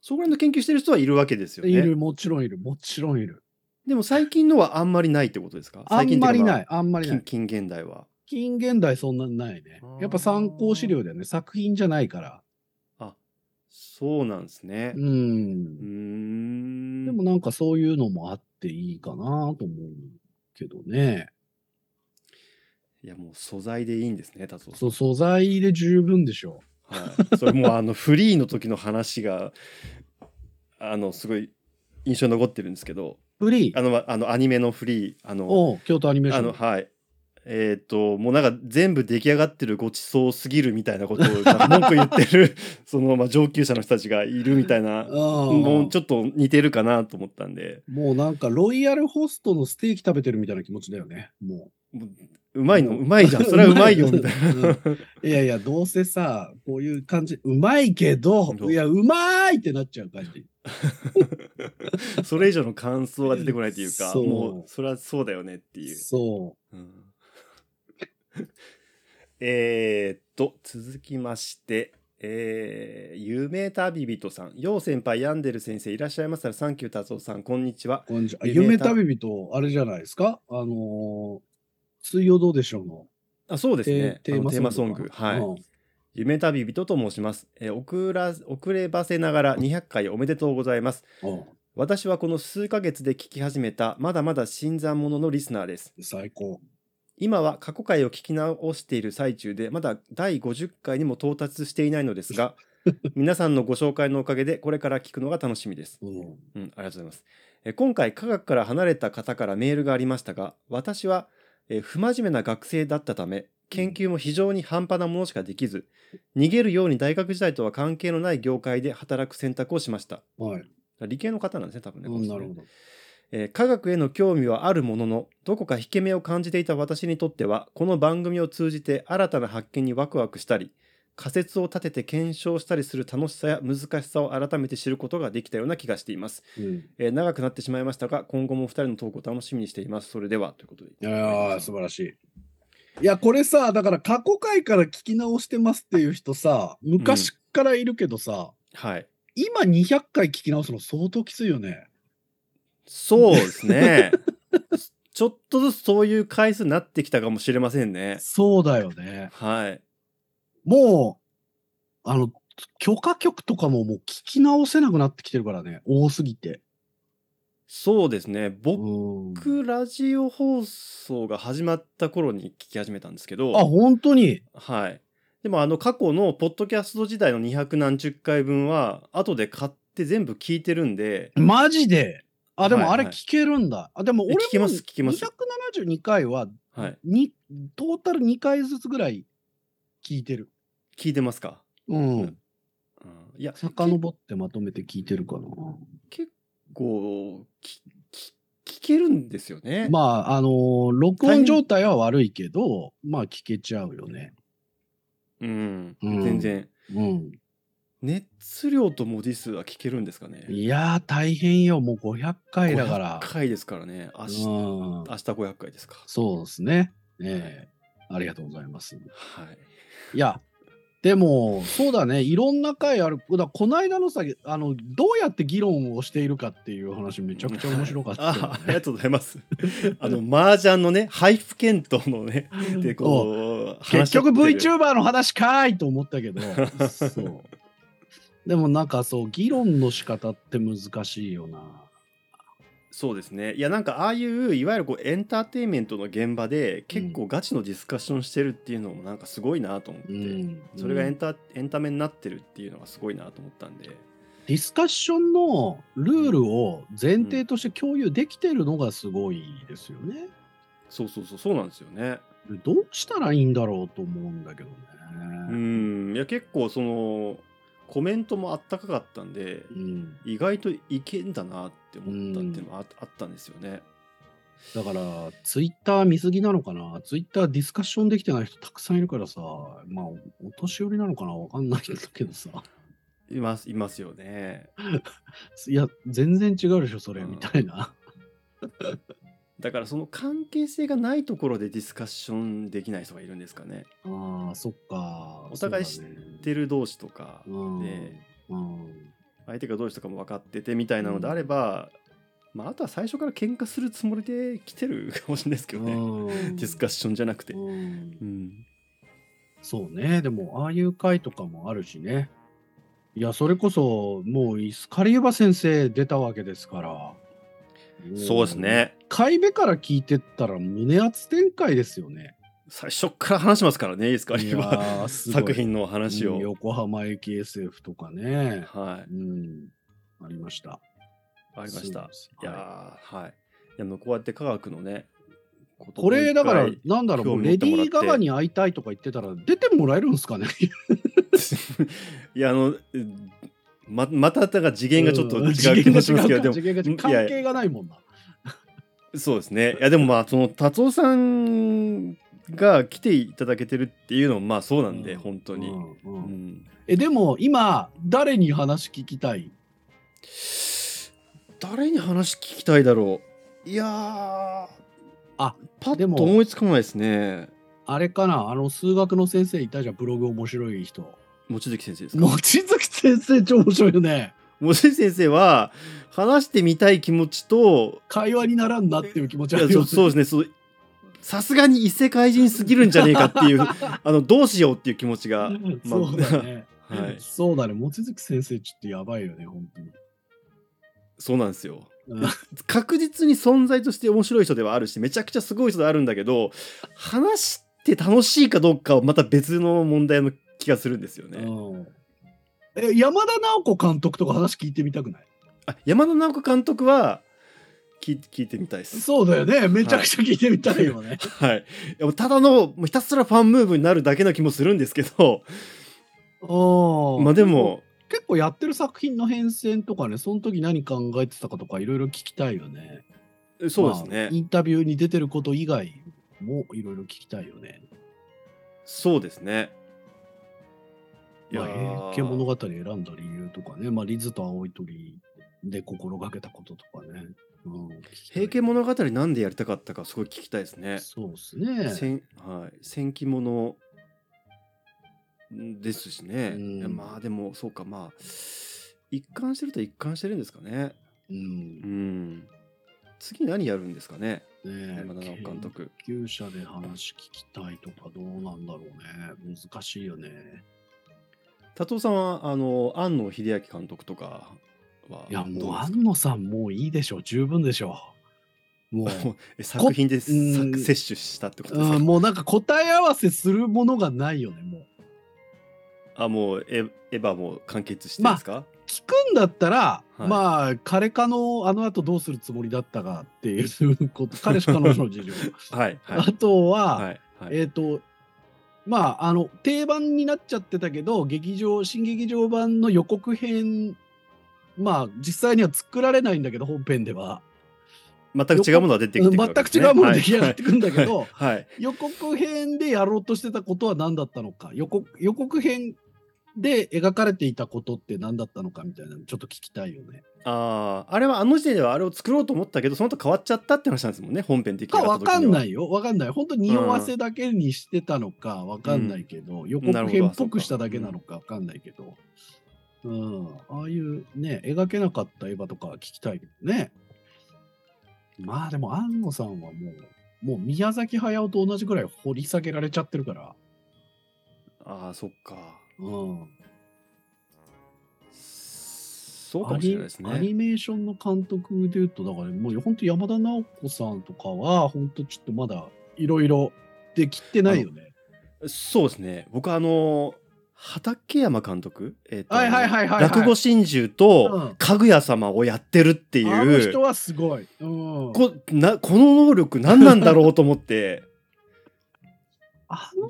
Speaker 1: そこら辺の研究してる人はいるわけですよね。
Speaker 2: いる、もちろんいる、もちろんいる。
Speaker 1: でも最近のはあんまりないってことですか。
Speaker 2: あんまりないい、あんまりな
Speaker 1: 近
Speaker 2: い。
Speaker 1: 近現代は。
Speaker 2: 近現代そんなにないね
Speaker 1: あ。ー
Speaker 2: やっぱ参考資料だよね。作品じゃないから。
Speaker 1: あそうなんですね
Speaker 2: う。
Speaker 1: うー
Speaker 2: ん。
Speaker 1: ん。
Speaker 2: でもなんかそういうのもあっていいかなと思うけどね。
Speaker 1: いやもう素材でいいんですね、達夫さ
Speaker 2: そ
Speaker 1: ん。
Speaker 2: う、素材で十分でしょ
Speaker 1: はい、それもうあのフリーの時の話があのすごい印象に残ってるんですけど、
Speaker 2: フリー
Speaker 1: あのまあのアニメのフリーあの
Speaker 2: おう京都アニメーシ
Speaker 1: あ
Speaker 2: ョ
Speaker 1: の
Speaker 2: ン。
Speaker 1: はい。えっ、ともうなんか全部出来上がってるごちそうすぎるみたいなことをなんか文句言ってる そのまあ上級者の人たちがいるみたいな
Speaker 2: うん
Speaker 1: もうちょっと似てるかなと思ったんで
Speaker 2: もうなんかロイヤルホストのステーキ食べてるみたいな気持ちだよね。も
Speaker 1: もううまいの
Speaker 2: うん
Speaker 1: うまいじゃんそれはうまいよみたい
Speaker 2: う
Speaker 1: な
Speaker 2: う。いやいや、どうせさ、こういう感じ、うまいけど、
Speaker 1: どう
Speaker 2: いや、うまーいってなっちゃう感じ。
Speaker 1: それ以上の感想が出てこないというか
Speaker 2: そう
Speaker 1: もうそれはそうだよねっていう、
Speaker 2: そ
Speaker 1: うん、えーっと続きましてえー、夢旅人さん、よう先輩、ヤンデル先生、いらっしゃいましたら、サンキュー達夫さん、こんにちは。
Speaker 2: う。こんにちはあ
Speaker 1: 夢旅
Speaker 2: 夢旅人、あれじゃないですかあのー水曜どうでしょうの。
Speaker 1: あ、そうですね。
Speaker 2: テ
Speaker 1: あ
Speaker 2: ー
Speaker 1: の
Speaker 2: マ
Speaker 1: テーマソング。はい。夢旅人と申します。えー遅ら、遅ればせながら200回おめでとうございます。
Speaker 2: い。うん
Speaker 1: 私はこの数ヶ月で聞き始めたまだまだ新参者のリスナーです。
Speaker 2: 最高。
Speaker 1: 今は過去回を聞き直している最中でまだ第50回にも到達していないのです が皆さんのご紹介のおかげでこれから聞くのが楽しみです。
Speaker 2: うん
Speaker 1: うん、ありがとうございます。え今回科学から離れた方からメールがありましたが私はえ不真面目な学生だったため研究も非常に半端なものしかできず逃げるように大学時代とは関係のない業界で働く選択をしました
Speaker 2: はい。
Speaker 1: 理系の方なんですね多分ね、
Speaker 2: う
Speaker 1: この
Speaker 2: ん
Speaker 1: 人
Speaker 2: な
Speaker 1: ね
Speaker 2: るほど。
Speaker 1: えー科学への興味はあるもののどこか引け目を感じていた私にとってはこの番組を通じて新たな発見にワクワクしたり仮説を立てて検証したりする楽しさや難しさを改めて知ることができたような気がしています、
Speaker 2: うん。
Speaker 1: えー長くなってしまいましたが今後もお二人のトークを楽しみにしていますそれではということで
Speaker 2: いやー素晴らしい。いや、これさ、だから過去回から聞き直してますっていう人さ、昔からいるけどさ、
Speaker 1: はい
Speaker 2: 今200回聞き直すの相当きついよね。
Speaker 1: そうですね ちょっとずつそういう回数になってきたかもしれませんね
Speaker 2: そうだよね。
Speaker 1: はい
Speaker 2: もう、あの、許可曲とかももう聞き直せなくなってきてるからね、多すぎて。
Speaker 1: そうですね僕
Speaker 2: うん
Speaker 1: 僕ラジオ放送が始まった頃に聞き始めたんですけ
Speaker 2: あ、
Speaker 1: ど、
Speaker 2: 本当に
Speaker 1: はい、でもあの過去のポッドキャスト時代の200何十回分は後で買って全部聞いてるんで
Speaker 2: マジであ、で
Speaker 1: はい
Speaker 2: もあれ
Speaker 1: はい
Speaker 2: 聞けるんだ。あ、でも
Speaker 1: え
Speaker 2: 俺も
Speaker 1: 聞きます聞きます
Speaker 2: 272回は、
Speaker 1: はい、
Speaker 2: にトータル2回ずつぐらい聞いてる。
Speaker 1: 聞いてますか、
Speaker 2: うん。
Speaker 1: うん、いや
Speaker 2: 遡ってまとめて聞いてるかな。
Speaker 1: 結構きき聞けるんですよね、
Speaker 2: まあ、あのー録
Speaker 1: 大
Speaker 2: 音
Speaker 1: 変
Speaker 2: 状態は悪いけど、まあ聞けちゃうよね。
Speaker 1: うん、
Speaker 2: うん
Speaker 1: 全然
Speaker 2: うん。
Speaker 1: 熱量と文字数は聞けるんですかね
Speaker 2: いやー、大変よ。もう500回だから。
Speaker 1: 500回ですからね明日
Speaker 2: うん
Speaker 1: 明日500回ですか
Speaker 2: そうですね。ええありがとうございます。
Speaker 1: はい
Speaker 2: いや、でも、そうだね、いろんな回ある。だこの間のさ、あの、どうやって議論をしているかっていう話、めちゃくちゃ面白かったよね、
Speaker 1: あありが とうございます。あの、麻雀のね、配布検討のね、で、
Speaker 2: お
Speaker 1: こう、
Speaker 2: 結局
Speaker 1: 話し合ってる
Speaker 2: VTuber の話かーいと思っ たけど、そう。でもなんかそう、議論の仕方って難しいよな。
Speaker 1: そうですね。いや、なんか、ああいう、いわゆるこう、エンターテインメントの現場で、結構ガチのディスカッションしてるっていうのも、なんかすごいなと思って、
Speaker 2: うん
Speaker 1: それがエンタエンタメになってるっていうのがすごいなと思ったんで、
Speaker 2: ディスカッションのルールを前提として共有できてるのがすごいですよね。
Speaker 1: そうそうそう、そうなんですよね。
Speaker 2: どうしたらいいんだろうと思うんだけどね。
Speaker 1: うん、いや、結構、その、コメントもあったかかったんで、
Speaker 2: うん
Speaker 1: 意外といけんだなって思ったっていうのもああったんですよね。
Speaker 2: だから、ツイッター見すぎなのかなツイッターディスカッションできてない人たくさんいるからさ、まあ、おお年寄りなのかなわかんないんだけどさ。
Speaker 1: います、いますよね。
Speaker 2: いや、全然違うでしょ、それ、
Speaker 1: うん
Speaker 2: みたいな。
Speaker 1: だからその関係性がないところでディスカッションできない人がいるんですかね。
Speaker 2: ああ、そっか。
Speaker 1: お互い
Speaker 2: そうだね
Speaker 1: 知ってる同士とか
Speaker 2: うん
Speaker 1: で
Speaker 2: うん
Speaker 1: 相手がどういう人かも分かっててみたいなのであれば、まあ、あとは最初から喧嘩するつもりで来てるかもしれないですけどね、
Speaker 2: うん
Speaker 1: ディスカッションじゃなくて。
Speaker 2: うん
Speaker 1: うん、
Speaker 2: そうね、でも、ああいう回とかもあるしね。いや、それこそ、もう、イスカリエバ先生出たわけですから。
Speaker 1: そうです。ね
Speaker 2: 回目から聞いてったら、胸圧展開ですよね。
Speaker 1: 最初から話しますからねいいですか
Speaker 2: いやー
Speaker 1: 今
Speaker 2: すごい
Speaker 1: 作品の話
Speaker 2: うん
Speaker 1: を。
Speaker 2: 横浜駅 SF とかね。
Speaker 1: はい、
Speaker 2: うん、ありまし
Speaker 1: あ
Speaker 2: た。
Speaker 1: りました。
Speaker 2: そう
Speaker 1: い
Speaker 2: です
Speaker 1: や
Speaker 2: はい
Speaker 1: ーはい、いやもうこうやって科学のねこと
Speaker 2: これだから
Speaker 1: もう一回
Speaker 2: なんだろうも
Speaker 1: 興
Speaker 2: う
Speaker 1: 味持
Speaker 2: レ
Speaker 1: っ
Speaker 2: デ
Speaker 1: てもら
Speaker 2: ィ
Speaker 1: って
Speaker 2: ー・ガガに会いたいとか言ってたら出てもらえるんですかね
Speaker 1: いやあのうんままただが次元がちょっと違う気もしますけどで
Speaker 2: 次元が違う
Speaker 1: も
Speaker 2: か
Speaker 1: いや
Speaker 2: 関係がないもんな
Speaker 1: そうですねいやでもまあその達夫さんが来ていただけてるっていうのもまあそうなんで、
Speaker 2: うん
Speaker 1: 本当に、
Speaker 2: うんう
Speaker 1: うんん
Speaker 2: えでも今誰に話聞きたい
Speaker 1: 誰に話聞きたいだろういやー
Speaker 2: あ
Speaker 1: パ
Speaker 2: で
Speaker 1: ッ
Speaker 2: も
Speaker 1: と思いつかないですね
Speaker 2: あれかなあの数学の先生いたじゃんブログ面白い人
Speaker 1: 望月先生ですか
Speaker 2: 望月先生超面白いよね
Speaker 1: 望月先生は話してみたい気持ちと
Speaker 2: 会話にならんなっていう気持ち
Speaker 1: い
Speaker 2: あ
Speaker 1: や
Speaker 2: るよ
Speaker 1: そ そうですねそうさすがに異世界人すぎるんじゃねえかって いうあのどうしようっていう気持ちが、ま
Speaker 2: う
Speaker 1: あ
Speaker 2: んそうだね、
Speaker 1: はい、
Speaker 2: そうだね望月先生ちょっとやばいよね本当に
Speaker 1: そうなんですよ
Speaker 2: うん
Speaker 1: 確実に存在として面白い人ではあるしめちゃくちゃすごい人であるんだけど話して楽しいかどうかはまた別の問題の気がするんですよね、
Speaker 2: うんえ山田直子監督とか話聞いてみたくない
Speaker 1: あ山田直子監督は聞い聞いてみたいです。
Speaker 2: そうだよね。めちゃくちゃ聞いてみたいよね。
Speaker 1: はい、でもただのもうひたすらファンムーブになるだけな気もするんですけど、
Speaker 2: ああ。
Speaker 1: まあでも、
Speaker 2: 結構やってる作品の変遷とかね、その時何考えてたかとかいろいろ聞きたいよね。
Speaker 1: そうですね、
Speaker 2: まあインタビューに出てること以外もいろいろ聞きたいよね。
Speaker 1: そうですね。いや
Speaker 2: まあ、
Speaker 1: ー
Speaker 2: 平家物語選んだ理由とかね、まあ、リズと青い鳥で心がけたこととかね。うん、
Speaker 1: 平家物語なんでやりたかったかすごい聞きたいですね。
Speaker 2: そうですね。
Speaker 1: 戦はい、戦記物ですしね、
Speaker 2: うん
Speaker 1: いやまあでもそうかまあ一貫してると一貫してるんですかね
Speaker 2: うん
Speaker 1: う。ん次何やるんですかね
Speaker 2: ね
Speaker 1: 山田直監督
Speaker 2: 研究者で話聞きたいとかどうなんだろうね。難しいよね。
Speaker 1: 多藤さんはあの安野秀明監督とかはい
Speaker 2: や、
Speaker 1: ど
Speaker 2: もう
Speaker 1: う
Speaker 2: 安野さんもういいでしょう。十分でしょ う。もう
Speaker 1: ですかえ作品でさ
Speaker 2: うん
Speaker 1: 摂取したってことですか、
Speaker 2: うん、もうなんか答え合わせするものがないよね、もう。
Speaker 1: あもうエヴエヴァも完結してですか、
Speaker 2: 聞くんだったら、
Speaker 1: はい
Speaker 2: まあ、彼かのあの後どうするつもりだったかっていう こと、彼氏彼女の事情。
Speaker 1: はいはい
Speaker 2: あとは、
Speaker 1: はいはい
Speaker 2: えっ、と、まあ、あの、定番になっちゃってたけど、劇場、新劇場版の予告編、まあ、実際には作られないんだけど、本編では。
Speaker 1: 全く違うものは出てきてくるわけですね
Speaker 2: 全く違うものが出来上がってくるんだけど
Speaker 1: はいはいはい
Speaker 2: 予告編でやろうとしてたことは何だったのか予告予告編で描かれていたことって何だったのかみたいなのちょっと聞きたいよね。
Speaker 1: あああれはあの時点ではあれを作ろうと思ったけどその後変わっちゃったって話なんですもんね本編的
Speaker 2: か分かんないいよ分かんない本当に匂わせだけにしてたのか分かんないけど、予告編っぽくしただけなのか分かんないけど、うん、ああいうね描けなかったエヴァとかは聞きたいけどねまあでも安野さんはもうもう宮崎駿と同じぐらい掘り下げられちゃってるから、
Speaker 1: ああそっか
Speaker 2: うん、
Speaker 1: そうかもしれないです
Speaker 2: アニアニ
Speaker 1: ね
Speaker 2: メーションの監督でいうと、だからもう本当山田直子さんとかは、本当ちょっとまだいろいろできてないよね。
Speaker 1: そうですね僕あの畠山監督、えーと
Speaker 2: はいはいはいはいはい
Speaker 1: 落語心中
Speaker 2: うん
Speaker 1: と「かぐや様」をやってるってい
Speaker 2: あの人
Speaker 1: う、
Speaker 2: はすごい。うん、
Speaker 1: こなこの能力何なんだろうと思って
Speaker 2: あの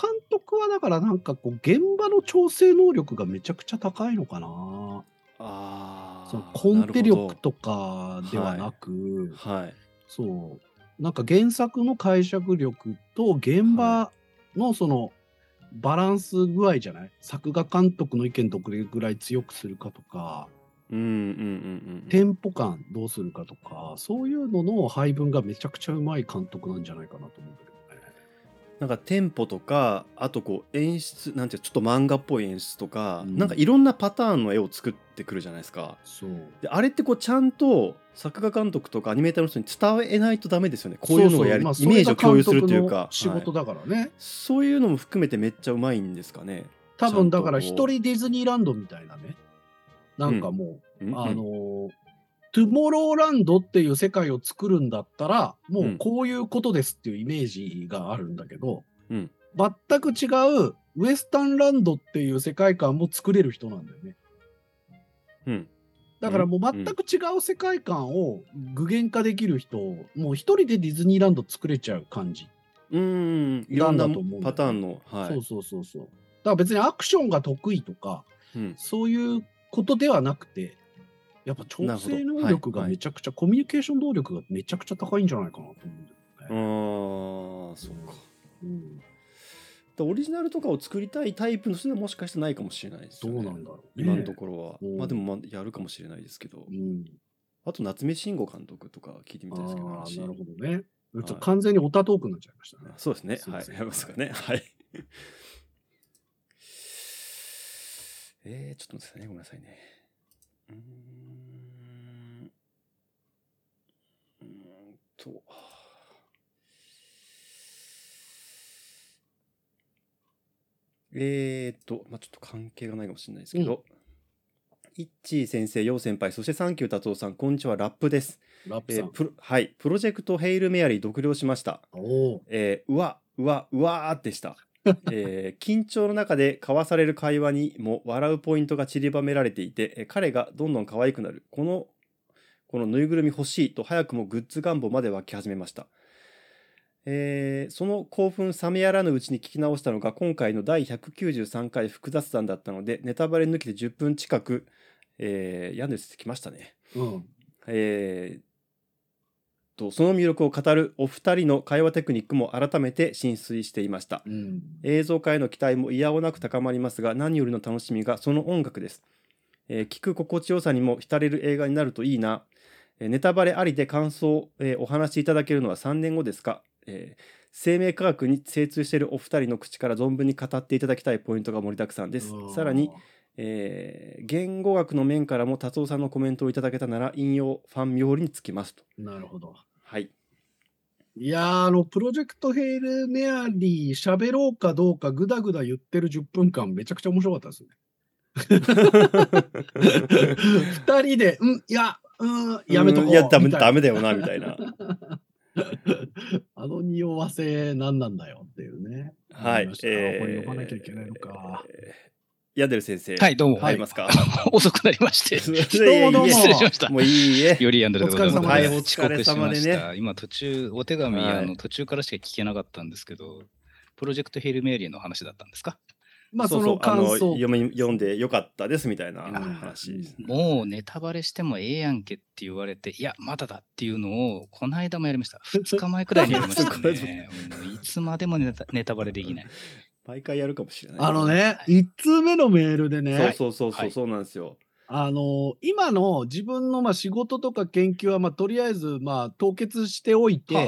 Speaker 2: 監督はだからなんかこう現場の調整能力がめちゃくちゃ高いのかな。
Speaker 1: あ
Speaker 2: その
Speaker 1: あ
Speaker 2: コンテ力とかではなく、
Speaker 1: はい
Speaker 2: そうなんか原作の解釈力と現場のそのバランス具合じゃない作画監督の意見どれぐらい強くするかとか
Speaker 1: うんうんうんうん
Speaker 2: テンポ感どうするかとかそういうのの配分がめちゃくちゃうまい監督なんじゃないかなと思うんだけどね。
Speaker 1: なんかテンポとかあとこう演出なんていうのちょっと漫画っぽい演出とか、
Speaker 2: うん
Speaker 1: なんかいろんなパターンの絵を作ってくるじゃないですか
Speaker 2: そう
Speaker 1: であれってこうちゃんと作画監督とかアニメーターの人に伝えないとダメですよねこういうのをやり
Speaker 2: そうそう
Speaker 1: イ
Speaker 2: まあ
Speaker 1: メージを共有するというか
Speaker 2: それが監督の仕事
Speaker 1: はい
Speaker 2: だからね、
Speaker 1: そういうのも含めてめっちゃうまいんですかね
Speaker 2: 多分だから
Speaker 1: ちゃ
Speaker 2: 一
Speaker 1: んとこう
Speaker 2: 人ディズニーランドみたいなねなんかもう、
Speaker 1: うん
Speaker 2: あ
Speaker 1: う
Speaker 2: の
Speaker 1: ん
Speaker 2: ートゥモローランドっていう世界を作るんだったら、もうこういうことですっていうイメージがあるんだけど、
Speaker 1: うん
Speaker 2: 全く違うウエスタンランドっていう世界観も作れる人なんだよね。
Speaker 1: うん
Speaker 2: だからもう全く違う世界観を具現化できる人、もう一人でディズニーランド作れちゃう感じ。
Speaker 1: うーんいろんな
Speaker 2: なんだと思うんだよね
Speaker 1: パターンのはい
Speaker 2: そうそうそうそう。だから別にアクションが得意とか、
Speaker 1: うん
Speaker 2: そういうことではなくて、やっぱ調整能力がめちゃくちゃ、コミュニケーション能力がめちゃくちゃ高いんじゃないかなと思うんだ
Speaker 1: あ
Speaker 2: よね。
Speaker 1: ーそうか
Speaker 2: うん
Speaker 1: だオリジナルとかを作りたいタイプの人はもしかしてないかもしれないです
Speaker 2: ど
Speaker 1: よね
Speaker 2: うなんだろうね。
Speaker 1: 今のところは、
Speaker 2: うん
Speaker 1: まあでもまあやるかもしれないですけど
Speaker 2: うん、
Speaker 1: あと夏目慎吾監督とか聞いてみたいですけど
Speaker 2: ああ、
Speaker 1: 話
Speaker 2: なるほどね。ちょっと
Speaker 1: はい
Speaker 2: 完全にオタトークになっちゃいましたね。
Speaker 1: そうですね
Speaker 2: そう
Speaker 1: はい
Speaker 2: ですね
Speaker 1: やりますかねはいえー、ちょっと待ってくださいねごめんなさいねうーんうーんとえー、っと、まあ、ちょっと関係がないかもしれないですけど、いっちー先生、よう先輩、そしてサンキュー達夫さん、こんにちは、ラップです。
Speaker 2: ラップ
Speaker 1: え
Speaker 2: さ
Speaker 1: ー
Speaker 2: ん。
Speaker 1: プロはい、プロジェクトヘイルメアリー独了しました。
Speaker 2: おお。
Speaker 1: えーうわ、うわ、うわーでした。えー緊張の中で交わされる会話にも笑うポイントが散りばめられていて、えー彼がどんどん可愛くなる。この、ここのぬいぐるみ欲しいと早くもグッズ願望まで湧き始めました。えーその興奮冷めやらぬうちに聞き直したのが今回の第193回複雑談だったのでネタバレ抜きで10分近く、えー、やんできましたね。
Speaker 2: うん。
Speaker 1: えーとその魅力を語るお二人の会話テクニックも改めて浸水していました
Speaker 2: うん。
Speaker 1: 映像化への期待もいやおなく高まりますが何よりの楽しみがその音楽です、えー聞く心地よさにも浸れる映画になるといいな、えーネタバレありで感想、えーお話しいただけるのは3年後ですか、えー生命科学に精通しているお二人の口から存分に語っていただきたいポイントが盛りだくさんです
Speaker 2: うん
Speaker 1: さらに、えー言語学の面からも達夫さんのコメントをいただけたなら引用ファン冥利につきますと。
Speaker 2: なるほど。
Speaker 1: はい。
Speaker 2: いやーあの、プロジェクトヘールメアリー、喋ろうかどうか、ぐだぐだ言ってる10分間、めちゃくちゃ面白かったですね。 二人で、うん、いや、うん、 やめとこう。
Speaker 1: いや、ダメ
Speaker 2: みたい
Speaker 1: ダ
Speaker 2: な
Speaker 1: メだよな、みたい な。
Speaker 2: あの匂わせ、何なんだよっていうね。
Speaker 1: は
Speaker 2: 思
Speaker 1: い
Speaker 2: まし。た
Speaker 1: えー
Speaker 2: これ呼ばなきゃいけないのか。
Speaker 1: ヤデル先生。
Speaker 3: はい、どうも。
Speaker 1: 入りますか。
Speaker 3: 遅くなりまして。
Speaker 1: 失
Speaker 2: どうもどうも
Speaker 3: 失礼しました。
Speaker 1: もういいえ。
Speaker 3: よりやんでるでございます。
Speaker 2: お疲れ
Speaker 1: で
Speaker 2: 様
Speaker 1: す
Speaker 3: 遅刻しまし
Speaker 1: お疲れ様
Speaker 3: た。今途中、お手紙、
Speaker 1: はい
Speaker 3: あの途中からしか聞けなかったんですけど、プロジェクトヘルメーリーの話だったんですか
Speaker 2: まあ、
Speaker 1: そ
Speaker 2: そう
Speaker 1: そう
Speaker 2: の感
Speaker 1: あの
Speaker 2: 想。
Speaker 1: 読み読んでよかったですみたいな話
Speaker 2: うん
Speaker 3: もうネタバレしてもええやんけって言われて、いや、まだだっていうのを、この間もやりました。2日前くらいにやりましたね。もういつまでもネタネタバレできない。
Speaker 1: 毎回やるかもしれない。
Speaker 2: あの。ね、一通目のメールでね、
Speaker 1: そうそうそう
Speaker 3: は
Speaker 1: そう
Speaker 3: い
Speaker 1: そうなんですよ。
Speaker 2: あの今の自分のまあ仕事とか研究は、まあ、とりあえずまあ凍結しておいて、
Speaker 1: はあ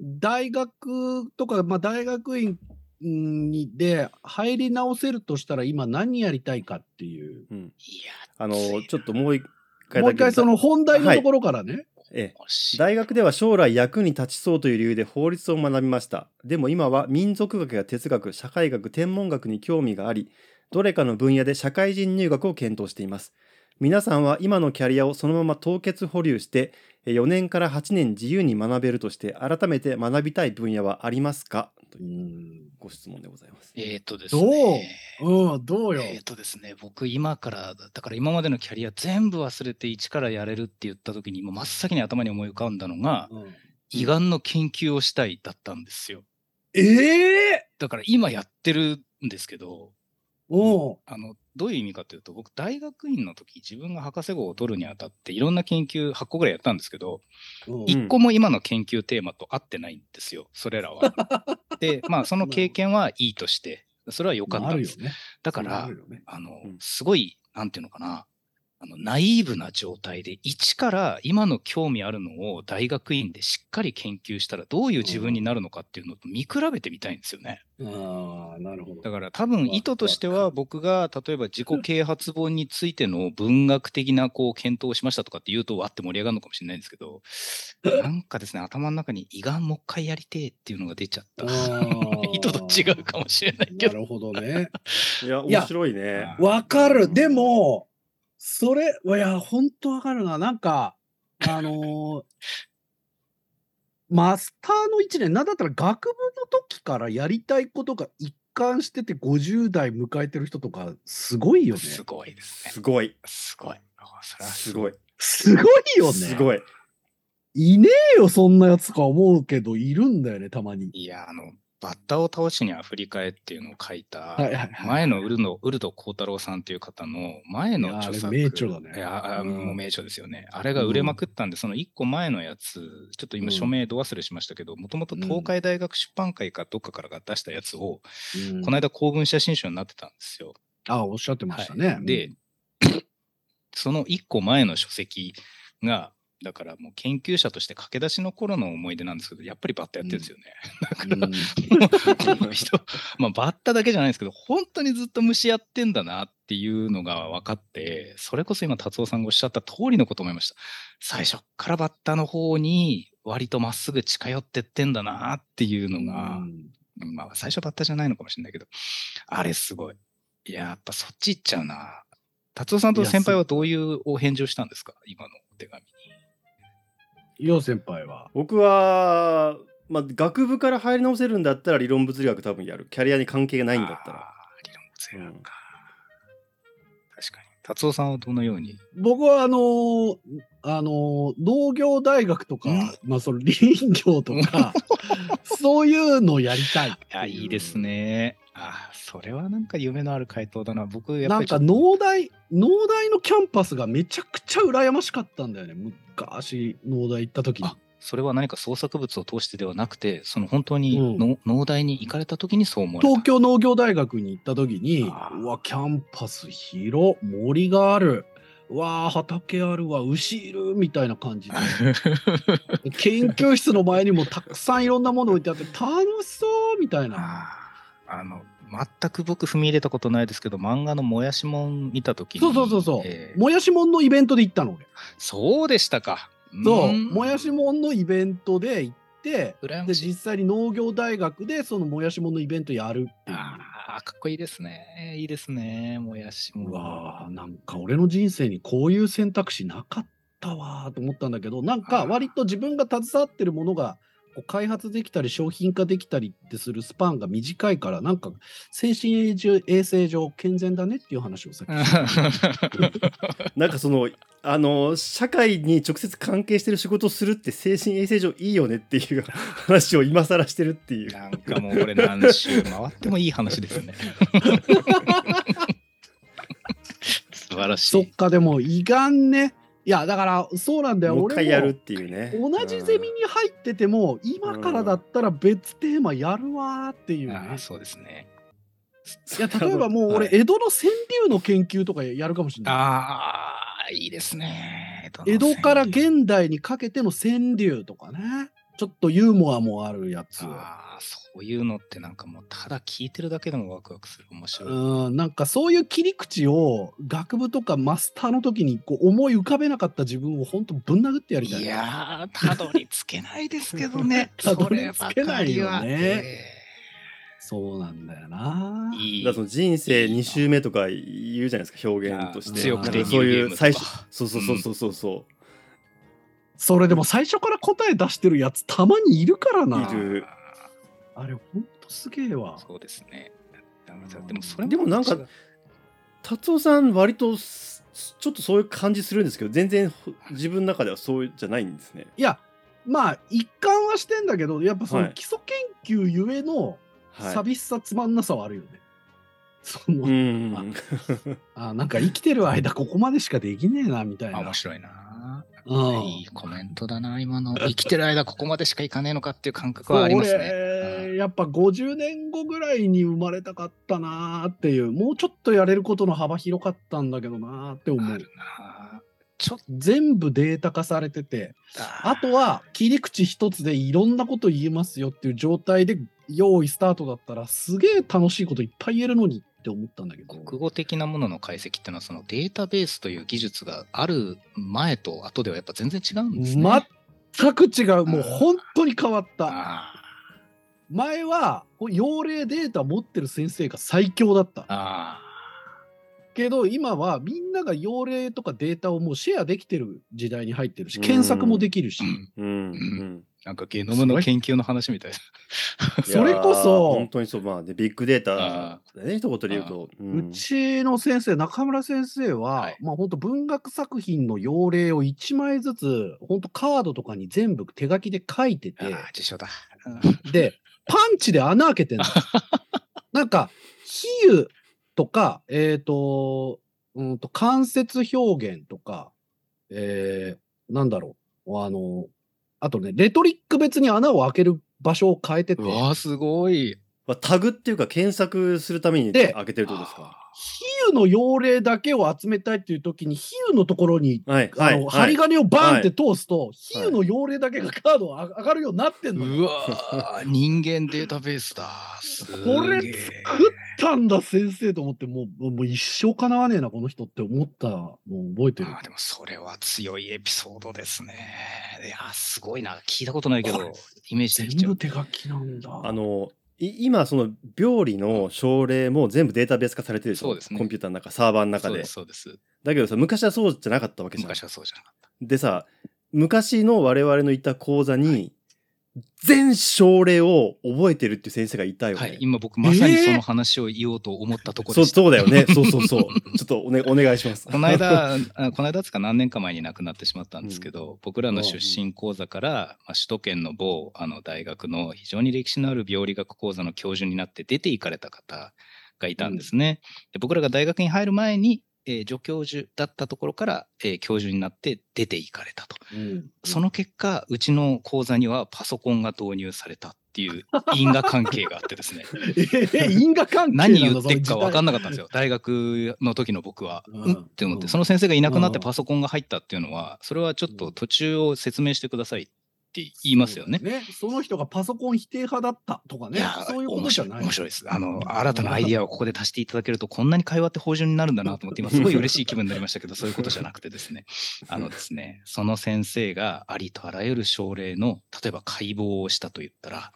Speaker 2: 大学とか、まあ、大学院にで入り直せるとしたら今何やりたいかっていう
Speaker 1: うん。
Speaker 3: いや、
Speaker 1: あのちょっともう一回
Speaker 2: も
Speaker 1: だ
Speaker 2: う一
Speaker 1: け。
Speaker 2: 回その本題のところからね、
Speaker 1: ええ。
Speaker 3: 惜しい
Speaker 1: 大学では将来役に立ちそうという理由で法律を学びましたでも今は民族学や哲学社会学天文学に興味がありどれかの分野で社会人入学を検討しています皆さんは今のキャリアをそのまま凍結保留してえ4年から8年自由に学べるとして改めて学びたい分野はありますかというご質問でございます
Speaker 3: えっ、とです
Speaker 2: どう
Speaker 3: ね。
Speaker 2: うん、どうよ、
Speaker 3: えっ、とですね、僕今から、だから今までのキャリア全部忘れて一からやれるって言った時に、もう真っ先に頭に思い浮かんだのが、
Speaker 2: うん
Speaker 3: 胃がんの研究をしたいだったんですよ。
Speaker 2: ええ
Speaker 3: だから今やってるんですけど、
Speaker 2: おう
Speaker 3: あの、どういう意味かというと、僕大学院の時、自分が博士号を取るにあたって、いろんな研究8個ぐらいやったんですけど、
Speaker 2: うん
Speaker 1: い
Speaker 3: 1個も今の研究テーマと合ってないんですよ、それらは。で、まあその経験はいいとして、それは良かっ
Speaker 2: まああ
Speaker 3: たん
Speaker 2: る
Speaker 3: で
Speaker 2: よ
Speaker 3: す。
Speaker 2: ね。
Speaker 3: だから
Speaker 2: ある、よね
Speaker 3: あの、
Speaker 1: うん
Speaker 3: すごい、なんていうのかな、あの、ナイーブな状態で、一から今の興味あるのを大学院でしっかり研究したら、どういう自分になるのかっていうのと見比べてみたいんですよね。
Speaker 2: ああ、なるほど。
Speaker 3: だから、多分意図としては、僕が、例えば自己啓発本についての文学的な、こう、検討をしましたとかって言うと、わって盛り上がるのかもしれないんですけど、なんかですね、頭の中に胃がんもう一回やりてえっていうのが出ちゃった。 意図と違うかもしれないけ
Speaker 2: な
Speaker 3: ど。
Speaker 2: るほどね。
Speaker 1: いや
Speaker 2: いや
Speaker 1: 面白いね
Speaker 2: わか
Speaker 3: う
Speaker 2: る。
Speaker 3: ん
Speaker 2: でも、それ、いや、本当わかるな。なんか、あのー マスターの1年、なんだったら学部の時からやりたいことが一貫してて50代迎えてる人とか、すごいよね。
Speaker 3: すごいですね。
Speaker 1: すごい
Speaker 3: すごい。あそれは
Speaker 1: すごい
Speaker 2: すごいよね。
Speaker 1: すごい
Speaker 2: いねえよ、そんなやつか思うけど、いるんだよね、たまに。
Speaker 3: いや、あの、バッタを倒しにアフリカへっていうのを書いた、
Speaker 2: はいはいはい。
Speaker 3: 前のウルノウルド幸太郎さんという方の前
Speaker 2: いや
Speaker 3: の
Speaker 2: あ
Speaker 3: 著作。
Speaker 2: あれ名著だね
Speaker 3: いや、あ
Speaker 2: うん
Speaker 3: もう名著ですよね。あれが売れまくったんで、その一個前のやつ、ちょっと
Speaker 2: うん
Speaker 3: 今署名ど忘れしましたけど、もともと東海大学出版会かどっかからが出したやつを、
Speaker 2: うん
Speaker 3: この間公文写真集になってたんですよ。
Speaker 2: あ、おっしゃってましたね。
Speaker 3: はいで、 その一個前の書籍が、だからもう研究者として駆け出しの頃の思い出なんですけど、やっぱりバッタやってるんですよ
Speaker 2: う
Speaker 3: ね。
Speaker 2: ん、 うん
Speaker 3: この人、 まあ、バッタだけじゃないんですけど、本当にずっと虫やってんだなっていうのが分かって、それこそ今、達夫さんがおっしゃった通りのこと思いました。最初っからバッタの方に、割とまっすぐ近寄ってってんだなっていうのが、まあ、最初バッタじゃないのかもしれないけど、あれすごい。いや、やっぱそっち行っちゃうな。達夫さんと先輩はどういうお返事をしたんですか今のお手紙に。
Speaker 2: よう先輩は。
Speaker 1: 僕は、まあ、学部から入り直せるんだったら理論物理学多分やるキャリアに関係がないんだったら
Speaker 3: あー理論ゼロか。確かに。達夫さんはどのように
Speaker 2: 僕はあのーあのー農業大学とか
Speaker 3: うん、
Speaker 2: まあその林業と か、そういうのをやりたいって
Speaker 3: いや、
Speaker 2: う
Speaker 3: いいです。ね。あそれはなんか夢のある回答だな。僕、やっ
Speaker 2: な
Speaker 3: ぱ
Speaker 2: ん
Speaker 3: り
Speaker 2: か
Speaker 3: ちょっと
Speaker 2: 農大、農大のキャンパスがめちゃくちゃ羨ましかったんだよね。昔、農大行った時に。
Speaker 3: あそれは何か創作物を通してではなくて、その本当に
Speaker 2: うん
Speaker 3: の農大に行かれた時にそう思われた。
Speaker 2: 東京農業大学に行った時に
Speaker 3: あー、
Speaker 2: うわ、キャンパス広、森がある、うわー、畑あるわ、牛いる、みたいな感じ で。研究室の前にもたくさんいろんなもの置いてあって、楽しそうみたいな。
Speaker 3: あーあの全く僕踏み入れたことないですけど漫画の「もやしもん」見た時に
Speaker 2: そうそうそうそう。
Speaker 3: えー
Speaker 2: もやしもんのイベントで行ったの俺。
Speaker 3: そうでしたか
Speaker 2: そう。
Speaker 3: ん
Speaker 2: もやしもんのイベントで行って、
Speaker 3: 羨
Speaker 2: で、
Speaker 3: ましい
Speaker 2: 実際に農業大学でそのもやしもんのイベントやるっていう。
Speaker 3: あーかっこいいですねいいですねもやしもん
Speaker 2: うわーなんか俺の人生にこういう選択肢なかったわーと思ったんだけどなん
Speaker 3: あ
Speaker 2: か
Speaker 3: ー
Speaker 2: 割と自分が携わってるものがこう開発できたり商品化できたりってするスパンが短いからなんか精神衛生衛生上健全だねっていう話をさっき した
Speaker 1: なんかそのあの社会に直接関係してる仕事をするって精神衛生上いいよねっていう話を今更してるっていう
Speaker 3: なんかもうこれ何周回ってもいい話ですね 素晴らし
Speaker 2: そっ
Speaker 3: い
Speaker 2: かでも胃がんねいやだからそうなんだよ
Speaker 1: もう一回やるっ
Speaker 2: 俺
Speaker 1: ていうね
Speaker 2: も同じゼミに入ってても今からだったら別テーマやるわーっていうね、
Speaker 3: あーそうですね
Speaker 2: いや例えばもう俺
Speaker 3: は
Speaker 2: 江戸の川柳の研究とかやるかもしれない
Speaker 3: ああいいですね
Speaker 2: 江戸から
Speaker 3: 代
Speaker 2: 現代にかけての川柳とかねちょっとユーモアもあるやつ
Speaker 3: ああ、そういうのってなんかもうただ聞いてるだけでもワクワクする面白い。
Speaker 2: うんなんかそういう切り口を学部とかマスターの時にこう思い浮かべなかった自分を本当ぶん殴ってやりたい
Speaker 3: いやー、たどり着けないですけどね。
Speaker 2: た
Speaker 3: そ
Speaker 2: ど
Speaker 3: れ
Speaker 2: り
Speaker 3: ば
Speaker 2: 着け
Speaker 3: か
Speaker 2: ない
Speaker 3: り
Speaker 2: よね
Speaker 3: は。え
Speaker 2: そうなんだよな
Speaker 3: ーい
Speaker 1: だ
Speaker 3: い
Speaker 1: からその人生2周目とか言うじゃないですか表現として
Speaker 2: いや強くて
Speaker 1: なんかそうい
Speaker 3: ニューゲームと
Speaker 1: う
Speaker 3: か
Speaker 1: 最初そうそうそうそうそうそ
Speaker 2: それでも最初から答え出してるやつたまにいるから
Speaker 3: あ
Speaker 2: な
Speaker 1: いうる
Speaker 2: あれほんとすげえわ
Speaker 3: ーそうですね。だからでもそれ
Speaker 1: でもなんか
Speaker 3: 違う
Speaker 1: 達夫さん割とすちょっとそういう感じするんですけど全然ほ自分の中ではそうじゃないんですね
Speaker 2: いやまあ一貫はしてんだけどやっぱそ
Speaker 1: は
Speaker 2: の
Speaker 1: い
Speaker 2: 基礎研究ゆえの、
Speaker 1: はい
Speaker 2: 寂しさつまんなさはあるよね。その、
Speaker 1: うん
Speaker 2: ああなんか生きてる間ここまでしかできねえなみたい
Speaker 3: あ
Speaker 2: な。
Speaker 3: 面白いな。
Speaker 2: うん
Speaker 3: いいコメントだな、今の。 生きてる間ここまでしかいかねえのかっていう感覚
Speaker 2: そう
Speaker 3: はありますね。
Speaker 2: 俺やっぱ50年後ぐらいに生まれたかったなーっていうもうちょっとやれることの幅広かったんだけどなーって思
Speaker 3: あ
Speaker 2: う
Speaker 3: るなー。
Speaker 2: 全部データ化されててあ
Speaker 3: あ
Speaker 2: とは切り口一つでいろんなこと言えますよっていう状態で用意スタートだったらすげえ楽しいこといっぱい言えるのにって思ったんだけど
Speaker 3: 国語的なものの解析っていうのはそのデータベースという技術がある前と後ではやっぱ全然違うんですね。
Speaker 2: 全く違うもう
Speaker 3: あー
Speaker 2: 本当に変わった。
Speaker 3: あ
Speaker 2: 前はこう用例データ持ってる先生が最強だった
Speaker 3: あ
Speaker 2: けど今はみんなが用例とかデータをもうシェアできてる時代に入ってるし
Speaker 1: うん
Speaker 2: 検索もできるし
Speaker 3: ー、うん
Speaker 1: うんうん
Speaker 3: なんかゲノムの研究の話みたいな。
Speaker 2: それこ
Speaker 1: いやー
Speaker 2: そ
Speaker 1: 本当にそうまあねビッグデータ
Speaker 3: あ
Speaker 1: だね一言で言うとうん
Speaker 2: うちの先生中村先生は、
Speaker 3: はい
Speaker 2: まあ本当文学作品の用例を1枚ずつ本当カードとかに全部手書きで書いて
Speaker 3: あ
Speaker 2: て
Speaker 3: あ、辞書だ。
Speaker 2: でパンチで穴開けてんのなんか比喩とかえっ、とうんと間接表現とかえー、なんだろうあのあとねレトリック別に穴を開ける場所を変えてて
Speaker 3: うわあ、すごい。
Speaker 1: まあタグっていうか検索するために
Speaker 2: で
Speaker 1: 開けてるってことですか
Speaker 2: 比喩の用例だけを集めたいっていう時に比喩のところに
Speaker 1: はい
Speaker 2: あ
Speaker 1: はい
Speaker 2: の、
Speaker 1: は
Speaker 2: 針
Speaker 1: い
Speaker 2: 金をバーンって通すと、比喩の用例だけがカードあ上がるようになってんのよ。
Speaker 3: うわ あ、人間データベースだ。すげえ
Speaker 2: これ作ったんだ先生と思ってもうもう一生かなわねえなこの人って思ったのを覚えてる
Speaker 3: ああでもそれは強いエピソードですね。いやあ、すごいな。聞いたことないけ
Speaker 2: こ
Speaker 3: ど
Speaker 2: れ、
Speaker 3: イメージできち
Speaker 2: 全
Speaker 3: ゃ
Speaker 2: 部
Speaker 3: う。
Speaker 2: 手書きなんだ
Speaker 1: あのい今その病理の症例も全部データベース化されてるでしょ
Speaker 3: そうですね
Speaker 1: コンピューターの中サーバーの中
Speaker 3: そう
Speaker 1: で
Speaker 3: です、そうです。
Speaker 1: だけどさ昔はそうじゃなかったわけじゃん
Speaker 3: 昔はそうじゃなかっ
Speaker 1: でさ昔の我々のいた講座に全症例を覚えてるっていう先生がいたよね。
Speaker 3: はい、今僕まさにその話を言おうと思ったとこ
Speaker 1: そ
Speaker 3: ろ
Speaker 1: う
Speaker 3: でした。
Speaker 1: そうだよね。 そうそうそう。ちょっとお,、 ね、お願いします。
Speaker 3: この間、あこの間っつうか何年か前に亡くなってしまったんですけど、僕らの出身講座から、まあ、首都圏の某あの大学の非常に歴史のある病理学講座の教授になって出て行かれた方がいたんですね。で僕らが大学に入る前に、えー助教授だったところから、えー教授になって出て行かれたと。その結果、うちの講座にはパソコンが導入されたっていう因果関係があってですね。
Speaker 2: えー因果関係
Speaker 3: 何言ってるか分かん
Speaker 2: ない。
Speaker 3: なかったんですよ、大学の時の僕は。
Speaker 2: うん
Speaker 3: うんって思っ
Speaker 2: う
Speaker 3: て、
Speaker 2: ん
Speaker 3: その先生がいなくなって
Speaker 2: うん
Speaker 3: パソコンが入ったっていうのは、それはちょっと途中を説明してくださいって言いますよね。
Speaker 2: その人がパソコン否定派だったとか
Speaker 3: い
Speaker 2: ね
Speaker 3: や、
Speaker 2: そういうことじゃない。
Speaker 3: 面白い面白いです。あの、新たなアイディアをここで足していただけると、こんなに会話って芳醇になるんだなと思っ て、今すごい嬉しい気分になりましたけど、そういうことじゃなくてですね、あのですね、その先生がありとあらゆる症例の、例えば解剖をしたと言ったら、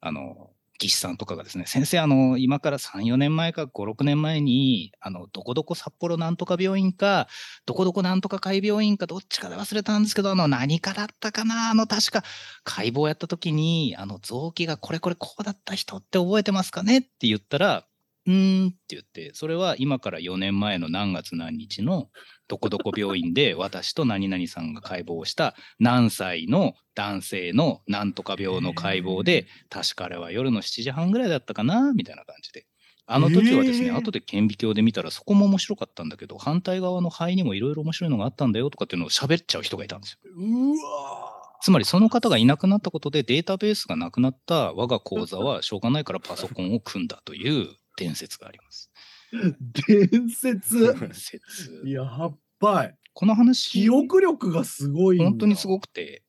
Speaker 3: あの、技師さんとかがですね、先生、あの、今から3、4年前か5、6年前に、あの、どこどこ札幌なんとか病院か、どこどこなんとか海病院か、どっちかで忘れたんですけど、あの、何かだったかな、あの、確か、解剖やった時に、あの、臓器がこれこれこうだった人って覚えてますかねって言ったら、うーんって言って、それは今から4年前の何月何日のどこどこ病院で私と何々さんが解剖した何歳の男性のなんとか病の解剖で、確かあれは夜の7時半ぐらいだったかな、みたいな感じで。あの時はですね、
Speaker 2: へー
Speaker 3: 後で顕微鏡で見たらそこも面白かったんだけど、反対側の肺にもいろいろ面白いのがあったんだよとかっていうのを喋っちゃう人がいたんですよ。
Speaker 2: うわ
Speaker 3: つまりその方がいなくなったことでデータベースがなくなった我が講座はしょうがないからパソコンを組んだという伝説があります。
Speaker 2: ー伝説。
Speaker 3: 伝 説。
Speaker 2: やっばい。
Speaker 3: この話、
Speaker 2: 記憶力がすごいんだ。
Speaker 3: 本当にす
Speaker 2: い。
Speaker 3: ごくて、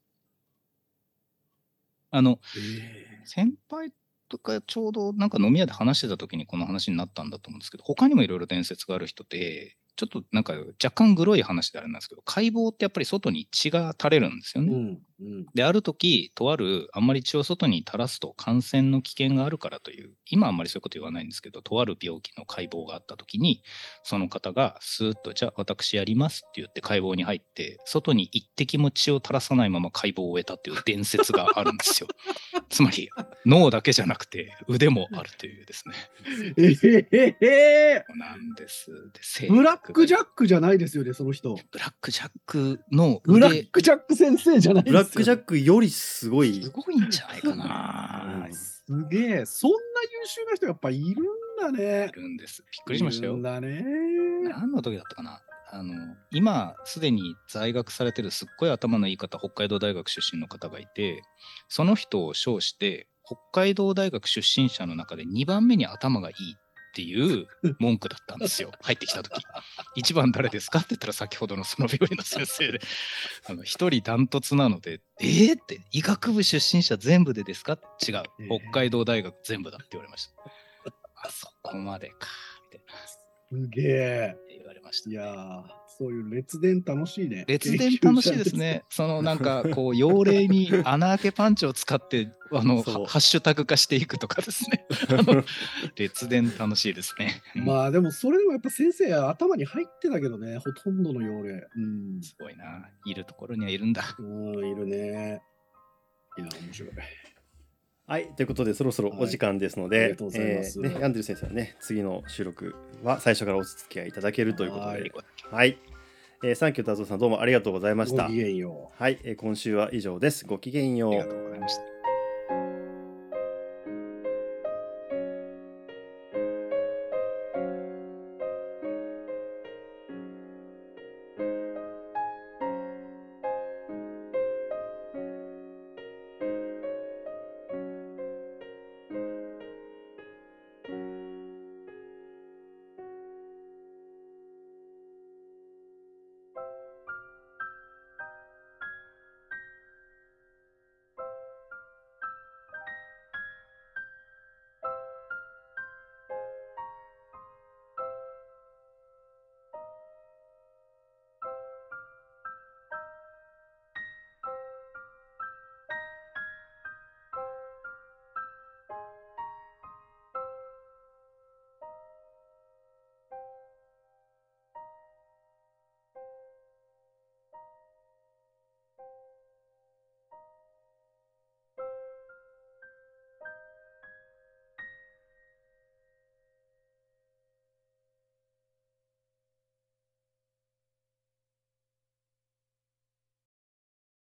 Speaker 3: あの、先輩とかちょうどなんか飲み屋で話してた時にこの話になったんだと思うんですけど、他にもいろいろ伝説がある人で、ちょっとなんか若干グロい話であれなんですけど、解剖ってやっぱり外に血が垂れるんですよ
Speaker 2: う
Speaker 3: ね。
Speaker 2: んうん
Speaker 3: で、ある時、とある、あんまり血を外に垂らすと感染の危険があるからという、今あんまりそういうこと言わないんですけど、とある病気の解剖があった時に、その方がスーッと、じゃあ私やりますって言って解剖に入って、外に一滴も血を垂らさないまま解剖を終えたっていう伝説があるんで すよ。つまり、脳だけじゃなくて腕もあるというですね。
Speaker 2: えーえ
Speaker 3: なんです。で
Speaker 2: ーブラックジャ
Speaker 3: ック
Speaker 2: ックじゃないですよね、その人。
Speaker 3: ブラックジャックの
Speaker 2: ブラ
Speaker 3: 腕
Speaker 2: ックジャック先生じゃないで
Speaker 1: ブ
Speaker 2: すよね
Speaker 1: ラックジャックよりすごい
Speaker 3: す。ごいんじゃない かな。
Speaker 2: すげえ、そんな優秀な人やっぱいるんだね
Speaker 3: い。るんです。びっくりしましたよ
Speaker 2: いるん。だね。
Speaker 3: 何の時だったかなあの今すでに在学されてるすっごい頭のいい方北海道大学出身の方がいてその人を称して北海道大学出身者の中で2番目に頭がいいって いう文句だったんですよ入ってきた時一番誰ですかって言ったら先ほどのその病院の先生であの一人ダントツなのでえー、って医学部出身者全部でですか違う
Speaker 2: えー
Speaker 3: 北海道大学全部だって言われました、あそこまでかみたいな
Speaker 2: すげえ。
Speaker 3: 言われました、
Speaker 2: い
Speaker 3: ね、
Speaker 2: やー、そういう列伝楽しいね。
Speaker 3: 列伝楽しいですね。そのなんかこう妖霊に穴あけパンチを使ってあの
Speaker 1: そう
Speaker 3: ハハッシュタグ化していくとかですね。 列伝楽しいですね。
Speaker 2: 研究者です。まあでもそれでもやっぱ先生は頭に入ってたけどね、ほとんどの妖霊。うん
Speaker 3: すごいな。いるところにはいるんだ。
Speaker 2: うん、いるね。いや、面白い。
Speaker 1: はい、ということでそろそろお時間ですの
Speaker 2: はいあり
Speaker 1: で
Speaker 2: がとう、ござい
Speaker 1: え
Speaker 2: ます
Speaker 1: ーねヤンデル先生はね、次の収録は最初からお付き合いいただけるということ
Speaker 2: は
Speaker 1: で
Speaker 2: い。
Speaker 1: はい。えーサンキュー、達夫さん、どうもありがとうございまし
Speaker 2: ご
Speaker 1: た
Speaker 2: き。げんよう。
Speaker 1: はい、えー今週は以上です。ごきげんよ
Speaker 3: あ
Speaker 1: う
Speaker 3: りが。とうございました。